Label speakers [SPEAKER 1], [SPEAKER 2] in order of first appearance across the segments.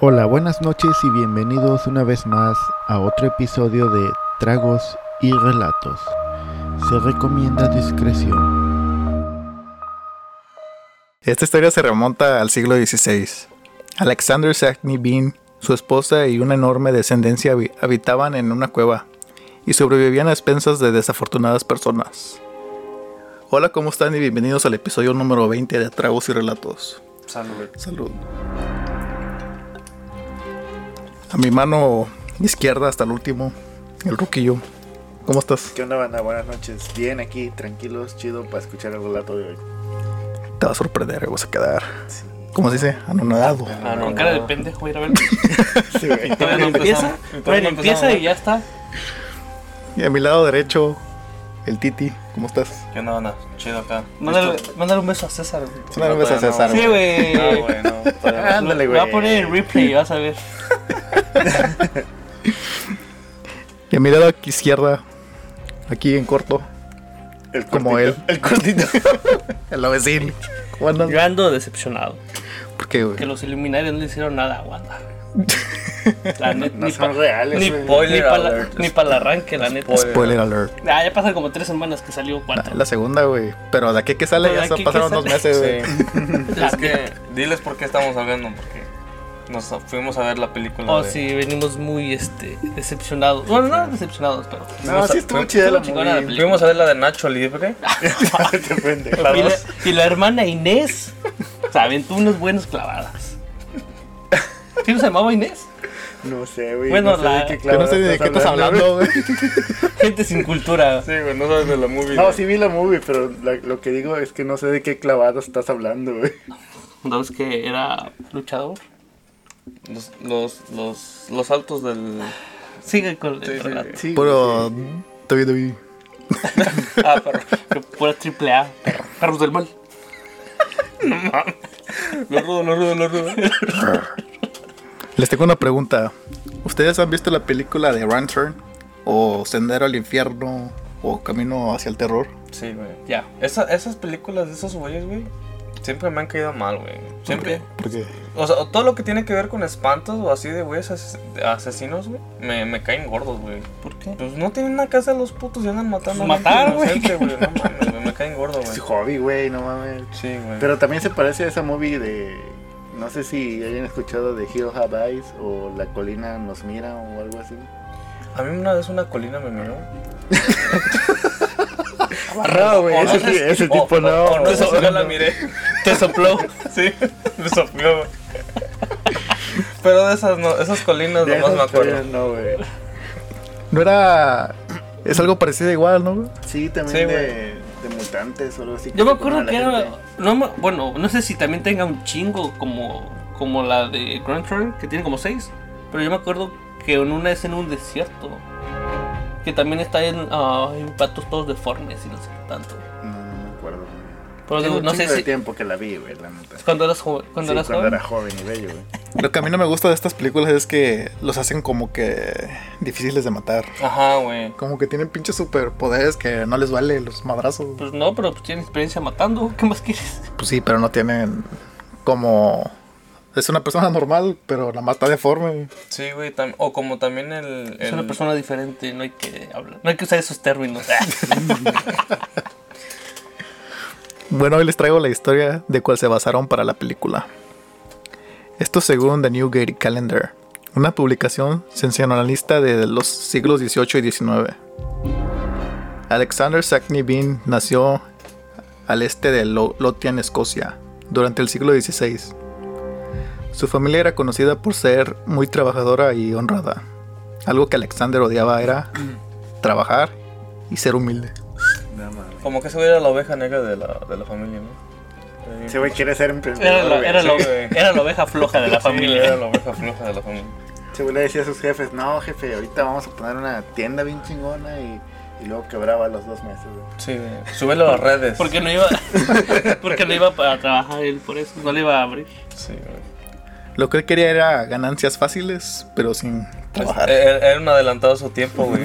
[SPEAKER 1] Hola, buenas noches y bienvenidos una vez más a otro episodio de Tragos y Relatos. Se recomienda discreción.
[SPEAKER 2] Esta historia se remonta al siglo XVI. Alexander Sackney Bean, su esposa y una enorme descendencia habi- habitaban en una cueva y sobrevivían a expensas de desafortunadas personas. Hola, ¿cómo están? Y bienvenidos al episodio número 20 de Tragos y Relatos.
[SPEAKER 3] Salud.
[SPEAKER 2] Salud. A mi mano izquierda hasta el último, el ruquillo. ¿Cómo estás?
[SPEAKER 3] ¿Qué onda, banda? Buenas noches. Bien aquí, tranquilos, chido para escuchar el relato de hoy.
[SPEAKER 2] Te va a sorprender, güey, vas a quedar. ¿Cómo se dice? Anonadado.
[SPEAKER 4] Ah, no, cara de pendejo, ir a ver. Todavía no empieza.
[SPEAKER 3] empezamos.
[SPEAKER 4] Todavía no empieza y ya está.
[SPEAKER 2] Y a mi lado derecho, el Titi. ¿Cómo estás?
[SPEAKER 3] ¿Qué onda, banda? Chido acá.
[SPEAKER 4] Mándale,
[SPEAKER 3] ¿Listo? Ah,
[SPEAKER 4] mándale un beso a César. güey.
[SPEAKER 2] Mándale un beso a
[SPEAKER 3] todavía no.
[SPEAKER 2] César,
[SPEAKER 4] Sí, güey.
[SPEAKER 3] No, güey, no. todavía no.
[SPEAKER 2] Ándale,
[SPEAKER 4] Lo voy
[SPEAKER 2] güey.
[SPEAKER 4] a poner en replay, vas a ver.
[SPEAKER 2] Y a mi lado aquí izquierda, aquí en corto,
[SPEAKER 3] El
[SPEAKER 2] Como
[SPEAKER 3] cortito,
[SPEAKER 2] él.
[SPEAKER 3] El cortito.
[SPEAKER 2] el vecino. ¿Cómo andas?
[SPEAKER 4] Yo ando decepcionado.
[SPEAKER 2] ¿Por qué,
[SPEAKER 4] Que
[SPEAKER 2] güey?
[SPEAKER 4] los Illuminarios no le hicieron nada a Wanda. La net-
[SPEAKER 3] No
[SPEAKER 4] ni pa-
[SPEAKER 3] son reales.
[SPEAKER 4] ni-
[SPEAKER 3] güey.
[SPEAKER 4] ni
[SPEAKER 5] Spoiler
[SPEAKER 4] pa la-
[SPEAKER 5] alert.
[SPEAKER 4] Ni para el arranque, la neta.
[SPEAKER 2] Spoiler alert.
[SPEAKER 4] Ah, ya pasan como tres semanas que salió
[SPEAKER 2] Nah,
[SPEAKER 4] cuatro.
[SPEAKER 2] La segunda, güey. Pero de aquí que sale
[SPEAKER 4] Pero
[SPEAKER 2] ya
[SPEAKER 4] de
[SPEAKER 2] se
[SPEAKER 4] aquí que
[SPEAKER 2] pasaron
[SPEAKER 4] sale.
[SPEAKER 2] dos meses, güey.
[SPEAKER 4] La
[SPEAKER 5] Es que diles por qué estamos hablando, porque nos fuimos a ver la película.
[SPEAKER 4] Oh,
[SPEAKER 5] de-
[SPEAKER 4] sí, venimos muy este, decepcionados. Bueno, no decepcionados, pero.
[SPEAKER 3] No, sí estuvo chida la
[SPEAKER 4] Estuvo chingona la
[SPEAKER 3] movie.
[SPEAKER 4] película.
[SPEAKER 5] Fuimos a ver la de Nacho Libre.
[SPEAKER 3] Te pendejo. La
[SPEAKER 4] Y la,
[SPEAKER 3] dos.
[SPEAKER 4] y la hermana Inés se aventó unas buenas clavadas. ¿Sí nos llamaba Inés?
[SPEAKER 3] No sé, güey.
[SPEAKER 4] Bueno,
[SPEAKER 3] no sé
[SPEAKER 4] la-
[SPEAKER 3] de qué
[SPEAKER 2] Yo no sé ni de qué estás hablando, güey.
[SPEAKER 4] Gente sin cultura.
[SPEAKER 5] Sí, güey, no sabes de la movie.
[SPEAKER 3] No,
[SPEAKER 5] güey.
[SPEAKER 3] sí vi la movie, pero la- lo que digo es que no sé de qué clavado estás hablando, güey.
[SPEAKER 4] Dos que era luchador.
[SPEAKER 5] Los, los, los, los saltos del.
[SPEAKER 4] Sigue con el
[SPEAKER 5] sí,
[SPEAKER 4] relato.
[SPEAKER 3] Sí.
[SPEAKER 2] Puro. WWE.
[SPEAKER 5] Ah, perro.
[SPEAKER 4] Que Pura triple A. perro. Perros del mal.
[SPEAKER 5] Lo rudo, lo rudo, lo rudo.
[SPEAKER 2] Les tengo una pregunta. ¿Ustedes han visto la película de Ranturn? ¿O Sendero al Infierno? ¿O Camino hacia el Terror?
[SPEAKER 5] Sí, güey.
[SPEAKER 4] Ya.
[SPEAKER 5] Esa- esas películas de esos güeyes, güey, siempre me han caído mal, güey. Siempre.
[SPEAKER 2] Porque
[SPEAKER 5] O sea, todo lo que tiene que ver con espantos o así de güeyes ases- asesinos, güey, me, me caen gordos, güey.
[SPEAKER 4] ¿Por qué?
[SPEAKER 5] Pues no tienen nada que hacer los putos y andan matando.
[SPEAKER 4] Pues
[SPEAKER 5] gente
[SPEAKER 4] matar, güey.
[SPEAKER 5] inocente, güey. No mames, güey, me caen gordos, güey.
[SPEAKER 3] Es hobby, güey, no mames.
[SPEAKER 5] Sí, güey.
[SPEAKER 3] Pero también se parece a esa movie de. No sé si hayan escuchado de Hill Have Eyes o La Colina Nos Mira o algo así.
[SPEAKER 5] A mí una vez una colina me miró.
[SPEAKER 3] No, güey,
[SPEAKER 5] O
[SPEAKER 3] ese,
[SPEAKER 5] no sé
[SPEAKER 3] ti-
[SPEAKER 5] si-
[SPEAKER 3] ese
[SPEAKER 5] o-
[SPEAKER 3] tipo
[SPEAKER 5] o-
[SPEAKER 3] no.
[SPEAKER 5] o no sé si
[SPEAKER 3] güey.
[SPEAKER 5] yo la miré.
[SPEAKER 4] Te sopló.
[SPEAKER 5] Sí, me sopló. güey. Pero de esas, no, esas colinas
[SPEAKER 3] De
[SPEAKER 5] nomás me
[SPEAKER 3] esas
[SPEAKER 5] acuerdo.
[SPEAKER 3] historias no, güey.
[SPEAKER 2] No era. Es algo parecido igual, ¿no? güey?
[SPEAKER 3] Sí, también
[SPEAKER 5] Sí, güey.
[SPEAKER 3] de, de mutantes o algo así.
[SPEAKER 4] Yo
[SPEAKER 3] que
[SPEAKER 4] me
[SPEAKER 3] se comen
[SPEAKER 4] acuerdo
[SPEAKER 3] a
[SPEAKER 4] que
[SPEAKER 3] la
[SPEAKER 4] era.
[SPEAKER 3] gente.
[SPEAKER 4] No, me- bueno, no sé si también tenga un chingo como, como la de Grand Tour, que tiene como seis. Pero yo me acuerdo que en una es en un desierto. Que también está en, ah, en patos todos deformes y no sé qué tanto.
[SPEAKER 3] No, no me acuerdo. güey.
[SPEAKER 4] Pero
[SPEAKER 3] Tengo
[SPEAKER 4] digo,
[SPEAKER 3] un
[SPEAKER 4] no sé
[SPEAKER 3] chingo de
[SPEAKER 4] si.
[SPEAKER 3] tiempo que la vi, güey, la neta. Sí,
[SPEAKER 4] Cuando eras joven. Cuando eras
[SPEAKER 3] cuando
[SPEAKER 4] joven.
[SPEAKER 3] era joven y bello, güey.
[SPEAKER 2] Lo que a mí no me gusta de estas películas es que los hacen como que difíciles de matar.
[SPEAKER 5] Ajá, güey.
[SPEAKER 2] Como que tienen pinches superpoderes que no les vale los madrazos.
[SPEAKER 4] Pues no, pero pues tiene experiencia matando. ¿Qué más quieres?
[SPEAKER 2] Pues sí, pero no tienen como... Es una persona normal, pero la más está deforme.
[SPEAKER 5] Sí, güey. tam- O como también el.
[SPEAKER 4] Es
[SPEAKER 5] el-
[SPEAKER 4] una persona diferente, no hay que hablar. No hay que usar esos términos.
[SPEAKER 2] Bueno, hoy les traigo la historia de cuál se basaron para la película. Esto según The Newgate Calendar, una publicación sensacionalista de los siglos XVIII y XIX. Alexander Sackney Bean nació al este de Lo- Lothian, Escocia, durante el siglo XVI. Su familia era conocida por ser muy trabajadora y honrada. Algo que Alexander odiaba era trabajar y ser humilde.
[SPEAKER 3] No mames.
[SPEAKER 5] Como que se hubiera la oveja negra de la, de la familia, ¿no? Eh,
[SPEAKER 3] Ese güey quiere ser
[SPEAKER 4] Era
[SPEAKER 3] emprendedor.
[SPEAKER 4] la,
[SPEAKER 3] güey.
[SPEAKER 4] era la-
[SPEAKER 5] Sí, güey.
[SPEAKER 4] era la oveja floja de la
[SPEAKER 5] sí, Era
[SPEAKER 4] familia.
[SPEAKER 5] la oveja floja de la familia.
[SPEAKER 3] Ese güey le decía a sus jefes: No, jefe, ahorita vamos a poner una tienda bien chingona y, y luego quebraba a los dos meses, güey.
[SPEAKER 5] Sí, güey. Súbelo a las redes.
[SPEAKER 4] Porque no iba. Porque no iba para trabajar él, por eso. No le iba a abrir.
[SPEAKER 5] Sí, güey.
[SPEAKER 2] Lo que él quería era ganancias fáciles, pero sin trabajar.
[SPEAKER 5] Era era un adelantado a su tiempo, güey.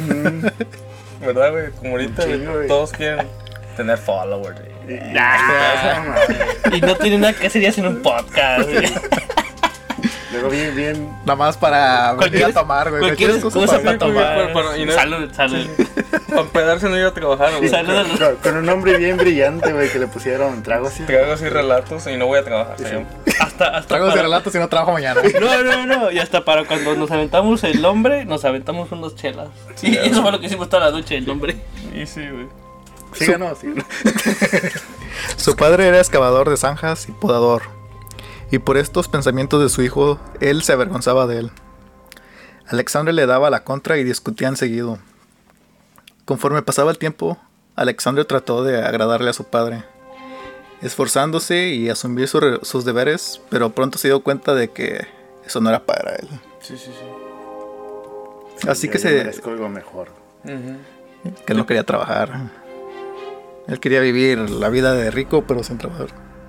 [SPEAKER 5] ¿Verdad, güey? Como ahorita,
[SPEAKER 3] Un chingo, güey.
[SPEAKER 5] güey, todos quieren tener followers. güey.
[SPEAKER 3] Ah, no mames.
[SPEAKER 4] Y no tiene nada que hacer ya sin un podcast. güey.
[SPEAKER 3] Luego bien, bien.
[SPEAKER 2] Nada más para venir
[SPEAKER 4] Cualquier-
[SPEAKER 2] a tomar, güey.
[SPEAKER 4] Cualquier excusa para
[SPEAKER 5] para-
[SPEAKER 4] tomar.
[SPEAKER 5] para- para- y no-
[SPEAKER 4] Salud, salud.
[SPEAKER 5] Para pedarse no iba a trabajar, güey.
[SPEAKER 4] Salud a
[SPEAKER 3] Con,
[SPEAKER 4] los-
[SPEAKER 3] con- con un nombre bien brillante, güey, que le pusieron tragos.
[SPEAKER 5] Traigo así relatos y no voy a trabajar. ¿sabes?
[SPEAKER 4] Hasta, hasta
[SPEAKER 2] Tragos de
[SPEAKER 4] para-
[SPEAKER 2] relato si no trabajo mañana.
[SPEAKER 4] No, no, no. Y hasta para cuando nos aventamos el hombre, nos aventamos unos chelas. Sí, eso fue lo que hicimos toda la noche, el hombre.
[SPEAKER 5] Y sí, güey.
[SPEAKER 3] Síganos, síganos.
[SPEAKER 2] Su padre era excavador de zanjas y podador, y por estos pensamientos de su hijo, él se avergonzaba de él. Alexandre le daba la contra y discutían seguido. Conforme pasaba el tiempo, Alexandre trató de agradarle a su padre, esforzándose y asumir su re- sus deberes, pero pronto se dio cuenta de que eso no era para él.
[SPEAKER 5] Sí, sí, sí.
[SPEAKER 2] Así
[SPEAKER 3] Yo-
[SPEAKER 2] que
[SPEAKER 3] yo
[SPEAKER 2] se,
[SPEAKER 3] merezco algo mejor.
[SPEAKER 2] que él no quería trabajar. Él quería vivir la vida de rico, pero sin trabajar.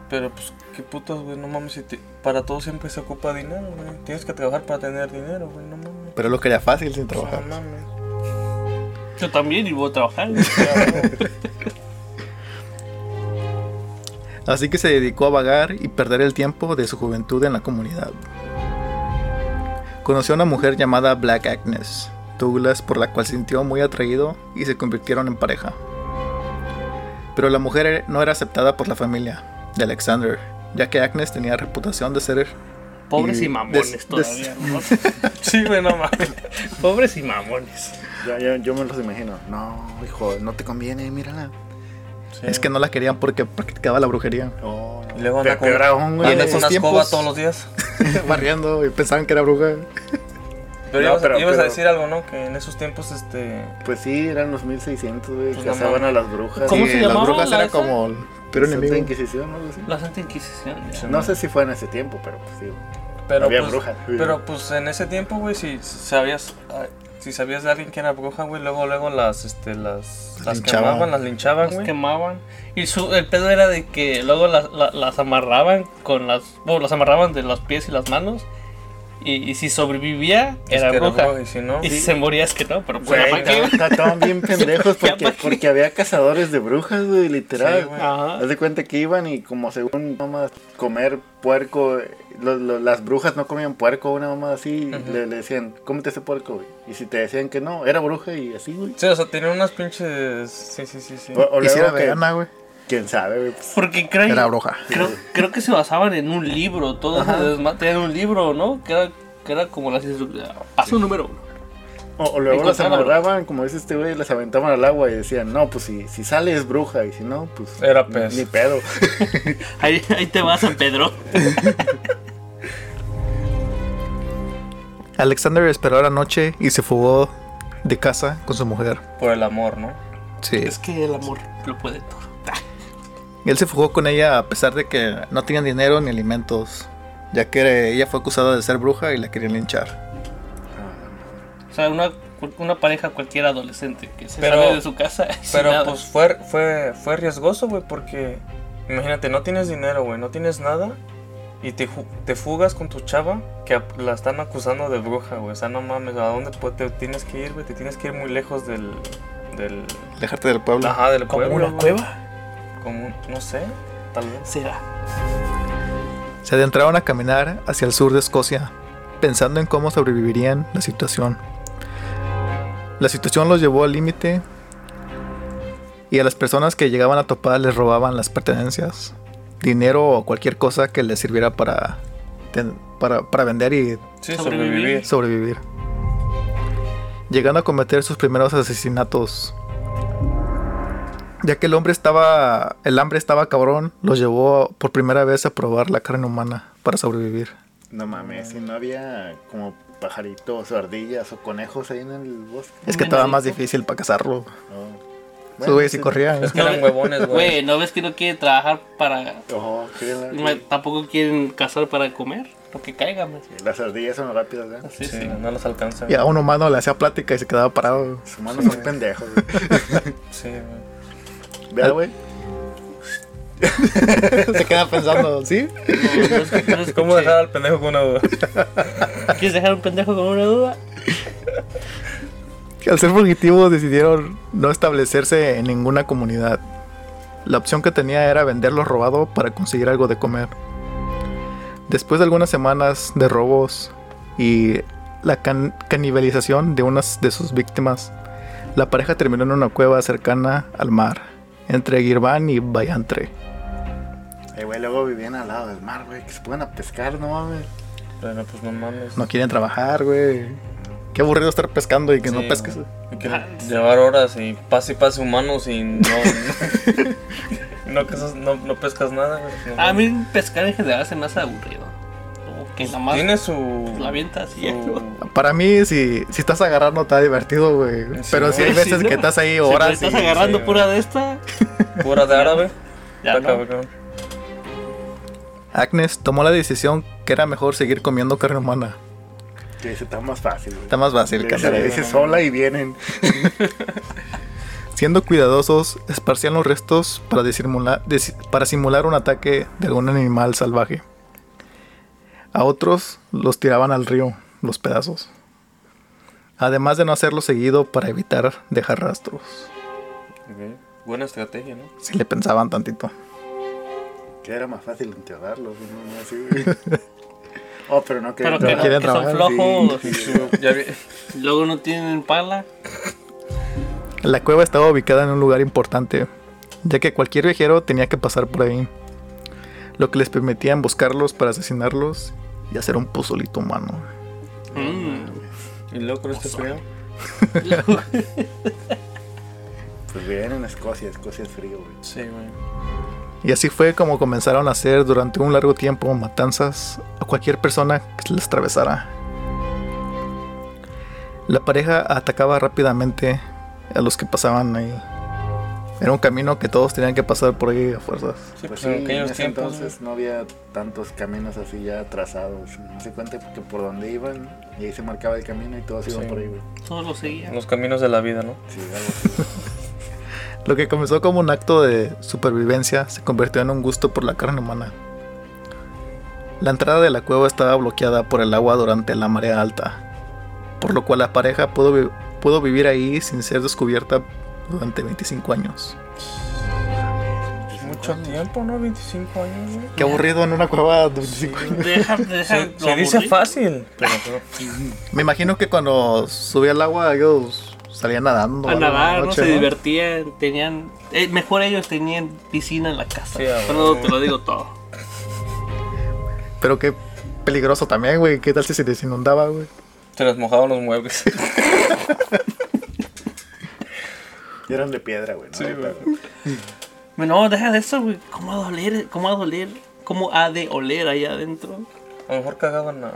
[SPEAKER 5] Pero pues, qué putas, güey. No mames, si te- para todo siempre se ocupa dinero, güey. Tienes que trabajar para tener dinero, güey. No mames.
[SPEAKER 2] Pero él lo quería fácil sin
[SPEAKER 5] No
[SPEAKER 2] trabajar.
[SPEAKER 5] mames.
[SPEAKER 4] Yo también y voy a trabajar.
[SPEAKER 2] Así que se dedicó a vagar y perder el tiempo de su juventud en la comunidad. Conoció a una mujer llamada Black Agnes Douglas, por la cual se sintió muy atraído y se convirtieron en pareja. Pero la mujer e- no era aceptada por la familia de Alexander, ya que Agnes tenía reputación de ser
[SPEAKER 4] Pobres
[SPEAKER 2] Y
[SPEAKER 4] y mamones
[SPEAKER 2] des-
[SPEAKER 4] todavía. ¿no?
[SPEAKER 5] Sí, güey, no mames.
[SPEAKER 4] Pobres y mamones.
[SPEAKER 3] Yo, yo- yo me los imagino. No, hijo, no te conviene, mírala.
[SPEAKER 5] Sí.
[SPEAKER 2] es que no la querían porque practicaba la brujería,
[SPEAKER 3] Oh,
[SPEAKER 5] Y luego anda
[SPEAKER 3] Pe-
[SPEAKER 5] con-
[SPEAKER 3] peor aún, güey.
[SPEAKER 2] Y en
[SPEAKER 5] Anda con
[SPEAKER 2] esos
[SPEAKER 5] una escoba
[SPEAKER 2] tiempos-
[SPEAKER 5] todos los días.
[SPEAKER 2] barriendo y pensaban que era bruja.
[SPEAKER 5] Pero,
[SPEAKER 3] No,
[SPEAKER 5] ibas,
[SPEAKER 3] pero-
[SPEAKER 5] ibas a
[SPEAKER 3] pero-
[SPEAKER 5] decir algo, ¿no? Que en esos tiempos, este.
[SPEAKER 3] Pues sí, eran los 1600, güey.
[SPEAKER 5] Pues no
[SPEAKER 3] cazaban a
[SPEAKER 5] mames.
[SPEAKER 3] las brujas.
[SPEAKER 4] ¿Cómo
[SPEAKER 2] Sí,
[SPEAKER 4] se
[SPEAKER 2] las
[SPEAKER 4] llamaba
[SPEAKER 2] brujas
[SPEAKER 4] la
[SPEAKER 2] eran
[SPEAKER 4] esa?
[SPEAKER 2] como el peor
[SPEAKER 3] Santa
[SPEAKER 2] enemigo.
[SPEAKER 3] Inquisición, algo así.
[SPEAKER 4] La Santa Inquisición. ya.
[SPEAKER 3] No sé si fue en ese tiempo, pero pues sí.
[SPEAKER 5] Pero
[SPEAKER 3] Había
[SPEAKER 5] pues,
[SPEAKER 3] brujas.
[SPEAKER 5] Pero pues en ese tiempo, güey, si sabías. ah, Si sabías de alguien que era bruja, güey, luego, luego las, este, las, las
[SPEAKER 2] linchaban.
[SPEAKER 5] quemaban, las linchaban,
[SPEAKER 4] Los
[SPEAKER 5] güey.
[SPEAKER 4] quemaban. Y su, el pedo era de que luego las, la- las amarraban con las. Bueno, las amarraban de los pies y las manos. Y, y si sobrevivía,
[SPEAKER 5] Es
[SPEAKER 4] era
[SPEAKER 5] que
[SPEAKER 4] bruja.
[SPEAKER 5] y si no,
[SPEAKER 4] Y si se moría, es que no, pero pues,
[SPEAKER 5] Güey,
[SPEAKER 4] ¿para qué?
[SPEAKER 5] no.
[SPEAKER 3] Estaban bien pendejos
[SPEAKER 4] Ya
[SPEAKER 3] porque,
[SPEAKER 4] pa' qué.
[SPEAKER 3] porque había cazadores de brujas, güey,
[SPEAKER 5] Sí,
[SPEAKER 3] literal.
[SPEAKER 5] güey.
[SPEAKER 4] Ajá.
[SPEAKER 3] Haz de cuenta que iban y como según nomás comer puerco, eh, lo- lo- las brujas no comían puerco, una mamá así,
[SPEAKER 5] Ujú.
[SPEAKER 3] le, le decían, cómete ese puerco, güey. Y si te decían que no, era bruja y así, güey.
[SPEAKER 5] Sí, o sea, tiene unas pinches. Sí, sí, sí, sí.
[SPEAKER 3] O, o
[SPEAKER 2] Y si era
[SPEAKER 3] luego que-
[SPEAKER 2] vegana, güey,
[SPEAKER 3] quién sabe, güey. pues,
[SPEAKER 4] Porque creen.
[SPEAKER 2] era bruja.
[SPEAKER 4] Creo, creo que se basaban en un libro, todo ese desma- tenían un libro, ¿no? Que era, que era como las instrucciones. Paso número uno.
[SPEAKER 3] O, o luego
[SPEAKER 4] ¿Y
[SPEAKER 3] las
[SPEAKER 4] cuál era la
[SPEAKER 3] amarraban, como dice este güey, las aventaban al agua y decían, no, pues si, si sale es bruja y si no, pues
[SPEAKER 5] Era
[SPEAKER 3] ni-
[SPEAKER 5] pez.
[SPEAKER 3] ni pedo.
[SPEAKER 4] Ahí, ahí te vas, San Pedro.
[SPEAKER 2] Alexander esperó la noche y se fugó de casa con su mujer.
[SPEAKER 5] Por el amor, ¿no?
[SPEAKER 2] Sí.
[SPEAKER 4] Es que el amor lo puede todo.
[SPEAKER 2] Él se fugó con ella a pesar de que no tenían dinero ni alimentos, ya que ella fue acusada de ser bruja y la querían linchar.
[SPEAKER 4] O sea, una, una pareja cualquier adolescente que se
[SPEAKER 5] Pero-
[SPEAKER 4] sale de su casa. y sin
[SPEAKER 5] Pero
[SPEAKER 4] nada.
[SPEAKER 5] pues fue, fue, fue riesgoso, güey, porque. Imagínate, no tienes dinero, güey, no tienes nada. Y te, ju- te fugas con tu chava que ap- la están acusando de bruja, güey. O sea, no mames, ¿a dónde pu- te tienes que ir, güey? Te tienes que ir muy lejos del. del
[SPEAKER 2] Alejarte del pueblo.
[SPEAKER 5] ajá, del
[SPEAKER 4] como
[SPEAKER 5] pueblo.
[SPEAKER 4] una
[SPEAKER 5] güey.
[SPEAKER 4] cueva
[SPEAKER 5] Como un- no sé, tal vez.
[SPEAKER 4] será.
[SPEAKER 2] Se adentraron a caminar hacia el sur de Escocia, pensando en cómo sobrevivirían la situación. La situación los llevó al límite y a las personas que llegaban a topar les robaban las pertenencias, dinero o cualquier cosa que les sirviera para, ten- para, para vender y
[SPEAKER 5] Sí,
[SPEAKER 4] Sobrevivir.
[SPEAKER 5] sobrevivir.
[SPEAKER 2] sobrevivir. Llegando a cometer sus primeros asesinatos. Ya que el hombre estaba. el hambre estaba cabrón, los llevó por primera vez a probar la carne humana para sobrevivir.
[SPEAKER 3] No mames, si no había como pajaritos o ardillas o conejos ahí en el bosque.
[SPEAKER 2] Es que estaba más difícil para cazarlo.
[SPEAKER 3] No.
[SPEAKER 2] Su güey Oh. sí
[SPEAKER 3] sí.
[SPEAKER 2] corría. ¿eh?
[SPEAKER 5] Es que eran huevones, güey.
[SPEAKER 4] Güey, ¿no ves que no quiere trabajar para.
[SPEAKER 3] Ojo, créela,
[SPEAKER 4] ma-
[SPEAKER 3] sí.
[SPEAKER 4] Tampoco quieren cazar para comer? Lo que caiga, man.
[SPEAKER 3] Las ardillas son rápidas, ¿eh? ¿verdad?
[SPEAKER 4] Sí,
[SPEAKER 5] Sí,
[SPEAKER 4] sí.
[SPEAKER 5] no los alcanza.
[SPEAKER 2] Y a un humano le hacía plática y se quedaba parado.
[SPEAKER 3] Los humanos son pendejos, güey.
[SPEAKER 5] Sí, güey.
[SPEAKER 3] Vea, güey.
[SPEAKER 2] se queda pensando, ¿sí?
[SPEAKER 4] No, no es que- no es que-
[SPEAKER 5] ¿Cómo dejar al pendejo con una duda?
[SPEAKER 4] ¿Quieres dejar un pendejo con una duda?
[SPEAKER 2] Al ser fugitivos decidieron no establecerse en ninguna comunidad. La opción que tenía era vender lo robado para conseguir algo de comer. Después de algunas semanas de robos y la can- canibalización de unas de sus víctimas, la pareja terminó en una cueva cercana al mar, entre Girvan y Bayantre.
[SPEAKER 3] Eh, güey, luego vivían al lado del mar, güey, que se pueden a pescar, no mames.
[SPEAKER 5] Pero pues no mames.
[SPEAKER 2] No quieren trabajar, güey. Qué aburrido estar pescando y que no
[SPEAKER 5] Sí,
[SPEAKER 2] pesques.
[SPEAKER 5] Hay que
[SPEAKER 4] Ah,
[SPEAKER 5] llevar horas y pase y pase humanos y no. no, cazas- no, no pescas nada, güey. No
[SPEAKER 4] A
[SPEAKER 5] mames.
[SPEAKER 4] mí pescar en general se me hace aburrido. Como que nada más Pues
[SPEAKER 5] Tiene su.
[SPEAKER 4] la avientas y ya.
[SPEAKER 5] su-
[SPEAKER 2] Para mí, si, si estás agarrando, está divertido, güey.
[SPEAKER 5] Sí,
[SPEAKER 2] Pero si
[SPEAKER 5] güey,
[SPEAKER 2] hay veces
[SPEAKER 4] sí, ¿no?
[SPEAKER 2] que estás ahí
[SPEAKER 4] Si
[SPEAKER 2] horas.
[SPEAKER 4] te estás
[SPEAKER 2] y-
[SPEAKER 4] agarrando
[SPEAKER 5] sí,
[SPEAKER 4] pura de esta,
[SPEAKER 5] Pura de árabe.
[SPEAKER 4] ya
[SPEAKER 5] Está
[SPEAKER 4] no.
[SPEAKER 5] cabrón.
[SPEAKER 2] Agnes tomó la decisión que era mejor seguir comiendo carne humana.
[SPEAKER 3] Que se está más fácil, güey.
[SPEAKER 2] Está más fácil,
[SPEAKER 3] Que se
[SPEAKER 2] carnal.
[SPEAKER 3] le dice sola y vienen.
[SPEAKER 2] Siendo cuidadosos, esparcían los restos para, disimula- dis- para simular un ataque de algún animal salvaje. A otros los tiraban al río, los pedazos. Además de no hacerlo seguido para evitar dejar rastros.
[SPEAKER 5] Ok. Buena estrategia, ¿no?
[SPEAKER 2] Si le pensaban tantito.
[SPEAKER 3] Que era más fácil enterrarlos, güey, no, no, así, güey. Oh, pero no
[SPEAKER 4] Pero
[SPEAKER 3] querían
[SPEAKER 4] que,
[SPEAKER 2] quieren
[SPEAKER 4] no-
[SPEAKER 3] trabajar.
[SPEAKER 4] que son
[SPEAKER 2] trabajar,
[SPEAKER 4] flojos,
[SPEAKER 5] Ya vi-
[SPEAKER 4] luego no tienen pala.
[SPEAKER 2] La cueva estaba ubicada en un lugar importante, ya que cualquier viajero tenía que pasar por ahí. Lo que les permitía buscarlos para asesinarlos y hacer un pozolito humano.
[SPEAKER 4] Mm.
[SPEAKER 5] Y luego con este frío.
[SPEAKER 3] Pues vivían en Escocia, Escocia es frío, güey.
[SPEAKER 5] Sí, güey.
[SPEAKER 2] Y así fue como comenzaron a hacer durante un largo tiempo matanzas a cualquier persona que se les atravesara. La pareja atacaba rápidamente a los que pasaban ahí. Era un camino que todos tenían que pasar por ahí a fuerzas.
[SPEAKER 5] Sí,
[SPEAKER 3] Pues
[SPEAKER 5] pues
[SPEAKER 3] sí,
[SPEAKER 5] en
[SPEAKER 3] en
[SPEAKER 5] aquellos
[SPEAKER 3] ese
[SPEAKER 5] tiempos.
[SPEAKER 3] entonces no había tantos caminos así ya trazados. No se cuenta que por donde iban y ahí se marcaba el camino y todos iban
[SPEAKER 5] Sí.
[SPEAKER 3] por ahí, güey.
[SPEAKER 4] Todos lo seguían.
[SPEAKER 5] Los caminos de la vida, ¿no?
[SPEAKER 3] Sí, algo así.
[SPEAKER 2] Lo que comenzó como un acto de supervivencia se convirtió en un gusto por la carne humana. La entrada de la cueva estaba bloqueada por el agua durante la marea alta, por lo cual la pareja pudo, vi- pudo vivir ahí sin ser descubierta durante 25 años.
[SPEAKER 5] Mucho tiempo, ¿no? 25 años, güey.
[SPEAKER 2] Qué aburrido en una cueva de 25 años.
[SPEAKER 4] Deja, deja
[SPEAKER 5] Se,
[SPEAKER 4] lo
[SPEAKER 5] se dice
[SPEAKER 4] aburrido.
[SPEAKER 5] fácil, pero no.
[SPEAKER 2] Me imagino que cuando subía al agua ellos salían nadando.
[SPEAKER 4] A
[SPEAKER 2] algo en la
[SPEAKER 4] nadar, no
[SPEAKER 2] noche,
[SPEAKER 4] se divertían, tenían... eh, mejor ellos tenían piscina en la casa.
[SPEAKER 5] Sí, a
[SPEAKER 4] Pero
[SPEAKER 5] huevo.
[SPEAKER 4] te lo digo todo.
[SPEAKER 2] Pero qué peligroso también, güey. ¿Qué tal si se les inundaba, güey?
[SPEAKER 5] se les mojaban los muebles.
[SPEAKER 3] Y eran de piedra, güey. ¿no?
[SPEAKER 5] Sí, güey.
[SPEAKER 4] No, deja de eso, güey. ¿Cómo va a doler? ¿Cómo va a doler? ¿Cómo ha de oler ahí adentro?
[SPEAKER 5] A lo mejor cagaban a.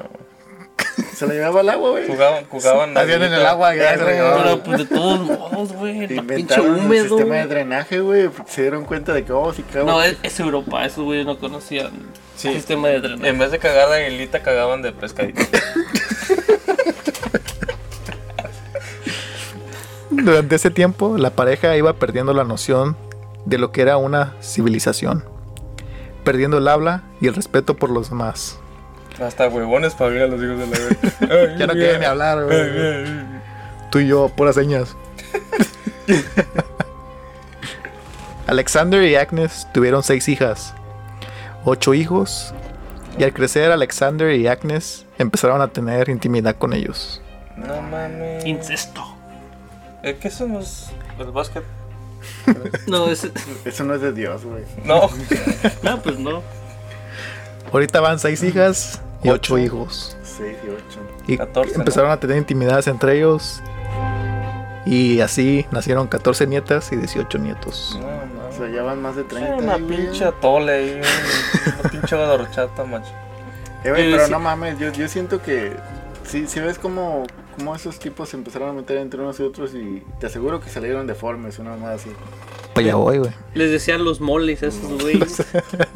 [SPEAKER 3] Se le llevaba el agua, güey.
[SPEAKER 5] Jugaban, jugaban a.
[SPEAKER 2] Hacían en el agua, ya,
[SPEAKER 5] Eh, güey,
[SPEAKER 2] güey.
[SPEAKER 4] Pero pues de todos modos, güey. Está pinche
[SPEAKER 3] Inventaron un
[SPEAKER 4] húmedo.
[SPEAKER 3] sistema de drenaje, güey. porque Se dieron cuenta de que, oh, si cago.
[SPEAKER 4] No, es, es Europa, esos güeyes no conocían
[SPEAKER 5] Sí. Em.
[SPEAKER 4] sistema de drenaje.
[SPEAKER 5] En vez de cagar de aguilita, cagaban de pescadito.
[SPEAKER 2] Durante ese tiempo, la pareja iba perdiendo la noción de lo que era una civilización, perdiendo el habla y el respeto por los demás.
[SPEAKER 5] Hasta huevones para a los hijos de la verga.
[SPEAKER 2] Ya no quieren ni hablar, güey. Tú y yo, puras señas. Alexander y Agnes tuvieron seis hijas, ocho hijos, y al crecer Alexander y Agnes empezaron a tener intimidad con ellos.
[SPEAKER 5] No mames.
[SPEAKER 4] Incesto.
[SPEAKER 5] Es que eso no es. El básquet.
[SPEAKER 4] No, es,
[SPEAKER 3] Eso no es de Dios, güey.
[SPEAKER 5] No.
[SPEAKER 4] no, pues no.
[SPEAKER 2] Ahorita van seis hijas y ocho
[SPEAKER 5] Ocho.
[SPEAKER 2] hijos.
[SPEAKER 3] 6 y 8.
[SPEAKER 2] Y
[SPEAKER 5] 14, ¿no?
[SPEAKER 2] empezaron a tener intimidades entre ellos. Y así nacieron 14 nietas y 18 nietos.
[SPEAKER 5] No
[SPEAKER 3] O
[SPEAKER 5] mames.
[SPEAKER 3] sea, ya van más de 30.
[SPEAKER 5] Era una
[SPEAKER 3] ahí, güey.
[SPEAKER 5] pinche atole ahí, güey. una pinche agua de horchata, macho.
[SPEAKER 3] Eh, güey,
[SPEAKER 4] Eh,
[SPEAKER 3] pero
[SPEAKER 4] sí.
[SPEAKER 3] no mames, yo, yo siento que si, si ves como, como esos tipos se empezaron a meter entre unos y otros y te aseguro que salieron deformes, una más así.
[SPEAKER 2] Pues ya voy, güey.
[SPEAKER 4] Les decían los moles a esos güeyes.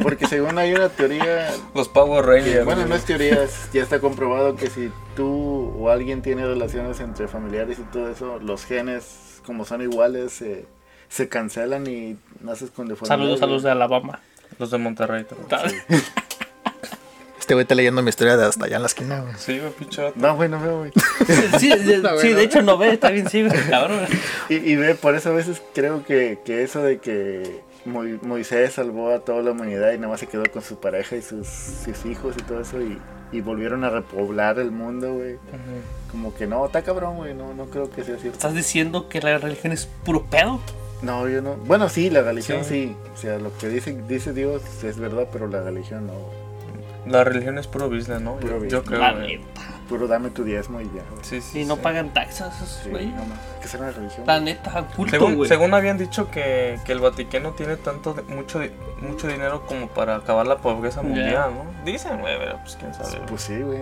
[SPEAKER 3] Porque según hay una teoría,
[SPEAKER 5] Los Power
[SPEAKER 3] que,
[SPEAKER 5] Rangers.
[SPEAKER 3] bueno,
[SPEAKER 5] güey.
[SPEAKER 3] no es teoría, es- ya está comprobado que si tú o alguien tiene relaciones entre familiares y todo eso, los genes como son iguales se, se cancelan y naces con deformidad.
[SPEAKER 4] Saludos a los de Alabama.
[SPEAKER 5] Los de Monterrey. también.
[SPEAKER 2] Este güey está leyendo mi historia de hasta allá en la esquina, güey.
[SPEAKER 5] Sí, güey, pinche vato.
[SPEAKER 3] No, güey, no veo, güey.
[SPEAKER 4] Sí, de, sí, de hecho no ve, está bien ciego, cabrón.
[SPEAKER 3] Y, y ve, por eso a veces creo que, que eso de que Mo- Moisés salvó a toda la humanidad y nada más se quedó con su pareja y sus, sus hijos y todo eso y, y volvieron a repoblar el mundo, güey. Como que no, está cabrón, güey, no, no creo que sea cierto.
[SPEAKER 4] ¿Estás diciendo que la religión es puro pedo?
[SPEAKER 3] No, yo no. Bueno, sí, la religión
[SPEAKER 5] Sí.
[SPEAKER 3] sí. O sea, lo que dice, dice Dios es verdad, pero la religión no.
[SPEAKER 5] La religión es puro business, ¿no? Yo-
[SPEAKER 3] Puro business.
[SPEAKER 5] Yo creo.
[SPEAKER 4] la
[SPEAKER 5] güey.
[SPEAKER 4] neta.
[SPEAKER 3] Puro dame tu diezmo y ya. güey.
[SPEAKER 5] Sí, sí.
[SPEAKER 4] Y no
[SPEAKER 5] sí.
[SPEAKER 4] pagan taxas esos
[SPEAKER 3] Sí,
[SPEAKER 4] güeyes.
[SPEAKER 3] no más. ¿Qué será la religión?
[SPEAKER 4] La neta, culto,
[SPEAKER 5] Según,
[SPEAKER 4] güey.
[SPEAKER 5] según habían dicho que, que el Vaticano tiene tanto de- mucho di- mucho dinero como para acabar la pobreza
[SPEAKER 4] Ya.
[SPEAKER 5] mundial, ¿no? Dicen, güey, pero pues quién sabe. güey.
[SPEAKER 3] Pues sí, güey.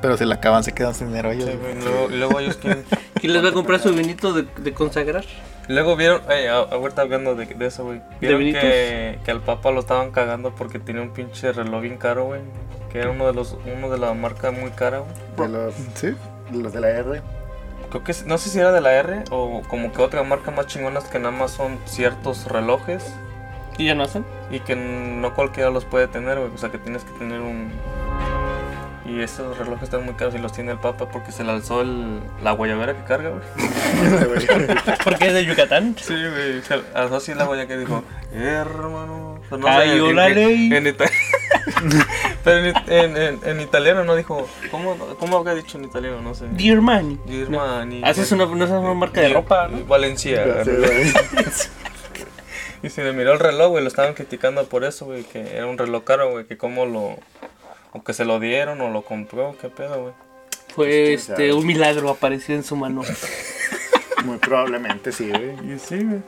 [SPEAKER 2] Pero si la acaban, se quedan sin dinero ellos.
[SPEAKER 5] Sí, güey, luego, luego ellos quieren-
[SPEAKER 4] ¿Quién les va a comprar su vinito de, de consagrar?
[SPEAKER 5] Luego vieron, eh, a- ahorita hablando de, de eso, güey. Vieron
[SPEAKER 4] vinitos?
[SPEAKER 5] que, que al Papa lo estaban cagando porque tenía un pinche reloj bien caro, güey. Que era uno de los, uno de la marca muy cara, güey.
[SPEAKER 3] De los,
[SPEAKER 2] Sí.
[SPEAKER 3] de los de la R.
[SPEAKER 5] Creo que, no sé si era de la R o como que otra marca más chingonas que nada más son ciertos relojes
[SPEAKER 4] ¿Y ya no hacen?
[SPEAKER 5] y que no cualquiera los puede tener, güey. O sea, que tienes que tener un... Y esos relojes están muy caros y los tiene el Papa porque se le alzó el- la guayabera que carga, güey.
[SPEAKER 4] Pues, Porque es de Yucatán.
[SPEAKER 5] Sí, güey. se le Alzó así la guaya que dijo, hermano... Pero no sé,
[SPEAKER 4] Cayó
[SPEAKER 5] en-
[SPEAKER 4] la
[SPEAKER 5] en-
[SPEAKER 4] ley.
[SPEAKER 5] en ita- Pero en, it- en- en- en italiano no dijo... ¿Cómo, cómo habría dicho en italiano? No sé.
[SPEAKER 4] Dear man.
[SPEAKER 5] Dirmani.
[SPEAKER 4] Haces una, no Ah, es una marca de ropa, ¿no?
[SPEAKER 5] Valencia.
[SPEAKER 3] Sí, güey.
[SPEAKER 5] Y se le miró el reloj, güey, lo estaban criticando por eso, güey, que era un reloj caro, güey, que cómo lo... O que se lo dieron o lo compró, qué pedo, güey.
[SPEAKER 4] Fue
[SPEAKER 3] Pues, quién
[SPEAKER 4] este, un milagro apareció en su mano.
[SPEAKER 3] Muy probablemente sí, güey.
[SPEAKER 5] Y sí, güey.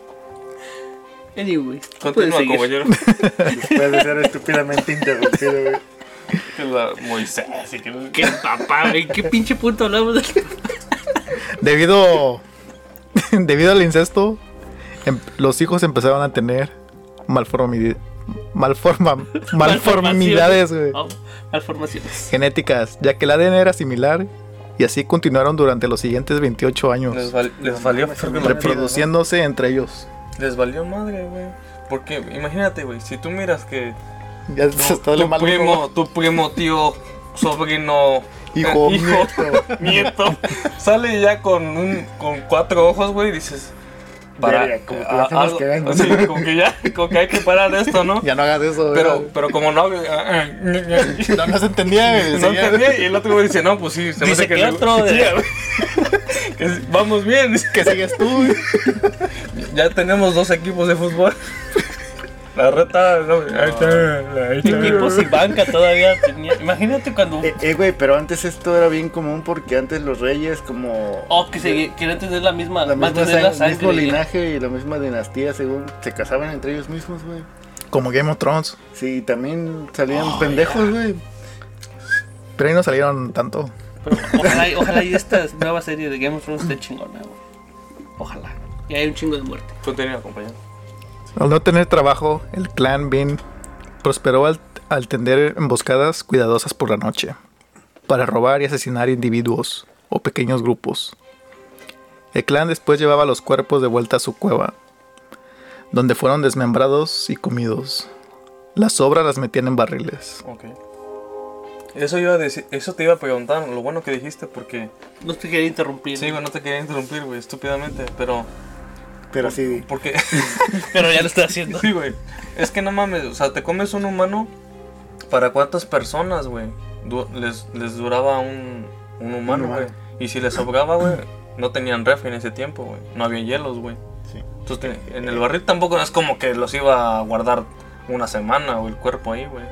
[SPEAKER 4] Anyway, puedes
[SPEAKER 5] Continúa,
[SPEAKER 4] seguir.
[SPEAKER 5] caballero.
[SPEAKER 3] Después de ser estúpidamente interrumpido, güey.
[SPEAKER 5] que la Moisés, y que...
[SPEAKER 4] Qué papá,
[SPEAKER 5] ¿eh?
[SPEAKER 4] güey, qué pinche punto hablamos de
[SPEAKER 2] Debido, debido al incesto, em- los hijos empezaron a tener malformidi- malforma- malformidades güey,
[SPEAKER 4] Oh, malformaciones.
[SPEAKER 2] genéticas, ya que el ADN era similar y así continuaron durante los siguientes 28
[SPEAKER 5] Les,
[SPEAKER 2] años,
[SPEAKER 5] val- les valió
[SPEAKER 3] mames,
[SPEAKER 5] verga la vida, ¿no?
[SPEAKER 2] reproduciéndose entre ellos.
[SPEAKER 5] Les valió madre, güey. Porque imagínate, güey, si tú miras que
[SPEAKER 2] Ya se está
[SPEAKER 5] tu
[SPEAKER 2] dando mal,
[SPEAKER 5] primo, tu primo, tío, sobrino,
[SPEAKER 2] Hijo.
[SPEAKER 5] eh, nieto, sale ya con un con cuatro ojos, güey, y dices
[SPEAKER 3] Verga, como que ya se nos
[SPEAKER 5] algo-
[SPEAKER 3] quedan, ¿no?
[SPEAKER 5] sí, como que ya, como que hay que parar esto, ¿no?
[SPEAKER 2] Ya no hagas eso,
[SPEAKER 5] pero,
[SPEAKER 2] güey.
[SPEAKER 5] pero como no, ah, no
[SPEAKER 2] no, no se entendía, güey, seguía.
[SPEAKER 5] entendía, y el otro güey dice, no, pues sí, se me
[SPEAKER 4] Dice
[SPEAKER 5] hace
[SPEAKER 4] que,
[SPEAKER 5] que, le-
[SPEAKER 4] otro de-
[SPEAKER 5] que sí, vamos bien,
[SPEAKER 2] que sigues tú. güey.
[SPEAKER 5] ya tenemos dos equipos de fútbol. La reta, no, ahí está, ahí está.
[SPEAKER 4] equipos y banca todavía tenía. Imagínate cuando.
[SPEAKER 3] Eh, eh, güey, pero antes esto era bien común porque antes los reyes como...
[SPEAKER 4] Oh, que se querían tener la misma.
[SPEAKER 3] La misma
[SPEAKER 4] mantener la
[SPEAKER 3] sang- el mismo
[SPEAKER 4] sangre.
[SPEAKER 3] linaje y la misma dinastía, según se casaban entre ellos mismos, güey.
[SPEAKER 2] Como Game of Thrones.
[SPEAKER 3] Sí, también salían pendejos, güey.
[SPEAKER 2] Pero ahí no salieron tanto.
[SPEAKER 4] Pero ojalá, y- ojalá y esta nueva serie de Game of Thrones esté chingona, güey. Ojalá. Y hay un chingo de muerte.
[SPEAKER 5] Continúa, compañero.
[SPEAKER 2] Al no tener trabajo, el clan Bean prosperó al, al tender emboscadas cuidadosas por la noche para robar y asesinar individuos o pequeños grupos. El clan después llevaba los cuerpos de vuelta a su cueva, donde fueron desmembrados y comidos. Las sobras las metían en barriles.
[SPEAKER 5] Ok. Eso iba a decir, eso te iba a preguntar, lo bueno que dijiste porque
[SPEAKER 4] No te quería interrumpir.
[SPEAKER 5] sí, güey, no te quería interrumpir, güey, estúpidamente, pero
[SPEAKER 3] Pero sí,
[SPEAKER 5] porque
[SPEAKER 4] Pero ya lo estoy haciendo.
[SPEAKER 5] sí, güey. Es que no mames, o sea, te comes un humano para cuántas personas, güey? Du- les, les duraba un, un humano,
[SPEAKER 3] humano.
[SPEAKER 5] güey. Y si les sobraba, güey, no tenían refri en ese tiempo, güey. No había hielos, güey.
[SPEAKER 3] Sí.
[SPEAKER 5] Entonces, te- en el barril tampoco no es como que los iba a guardar una semana o el cuerpo ahí, güey.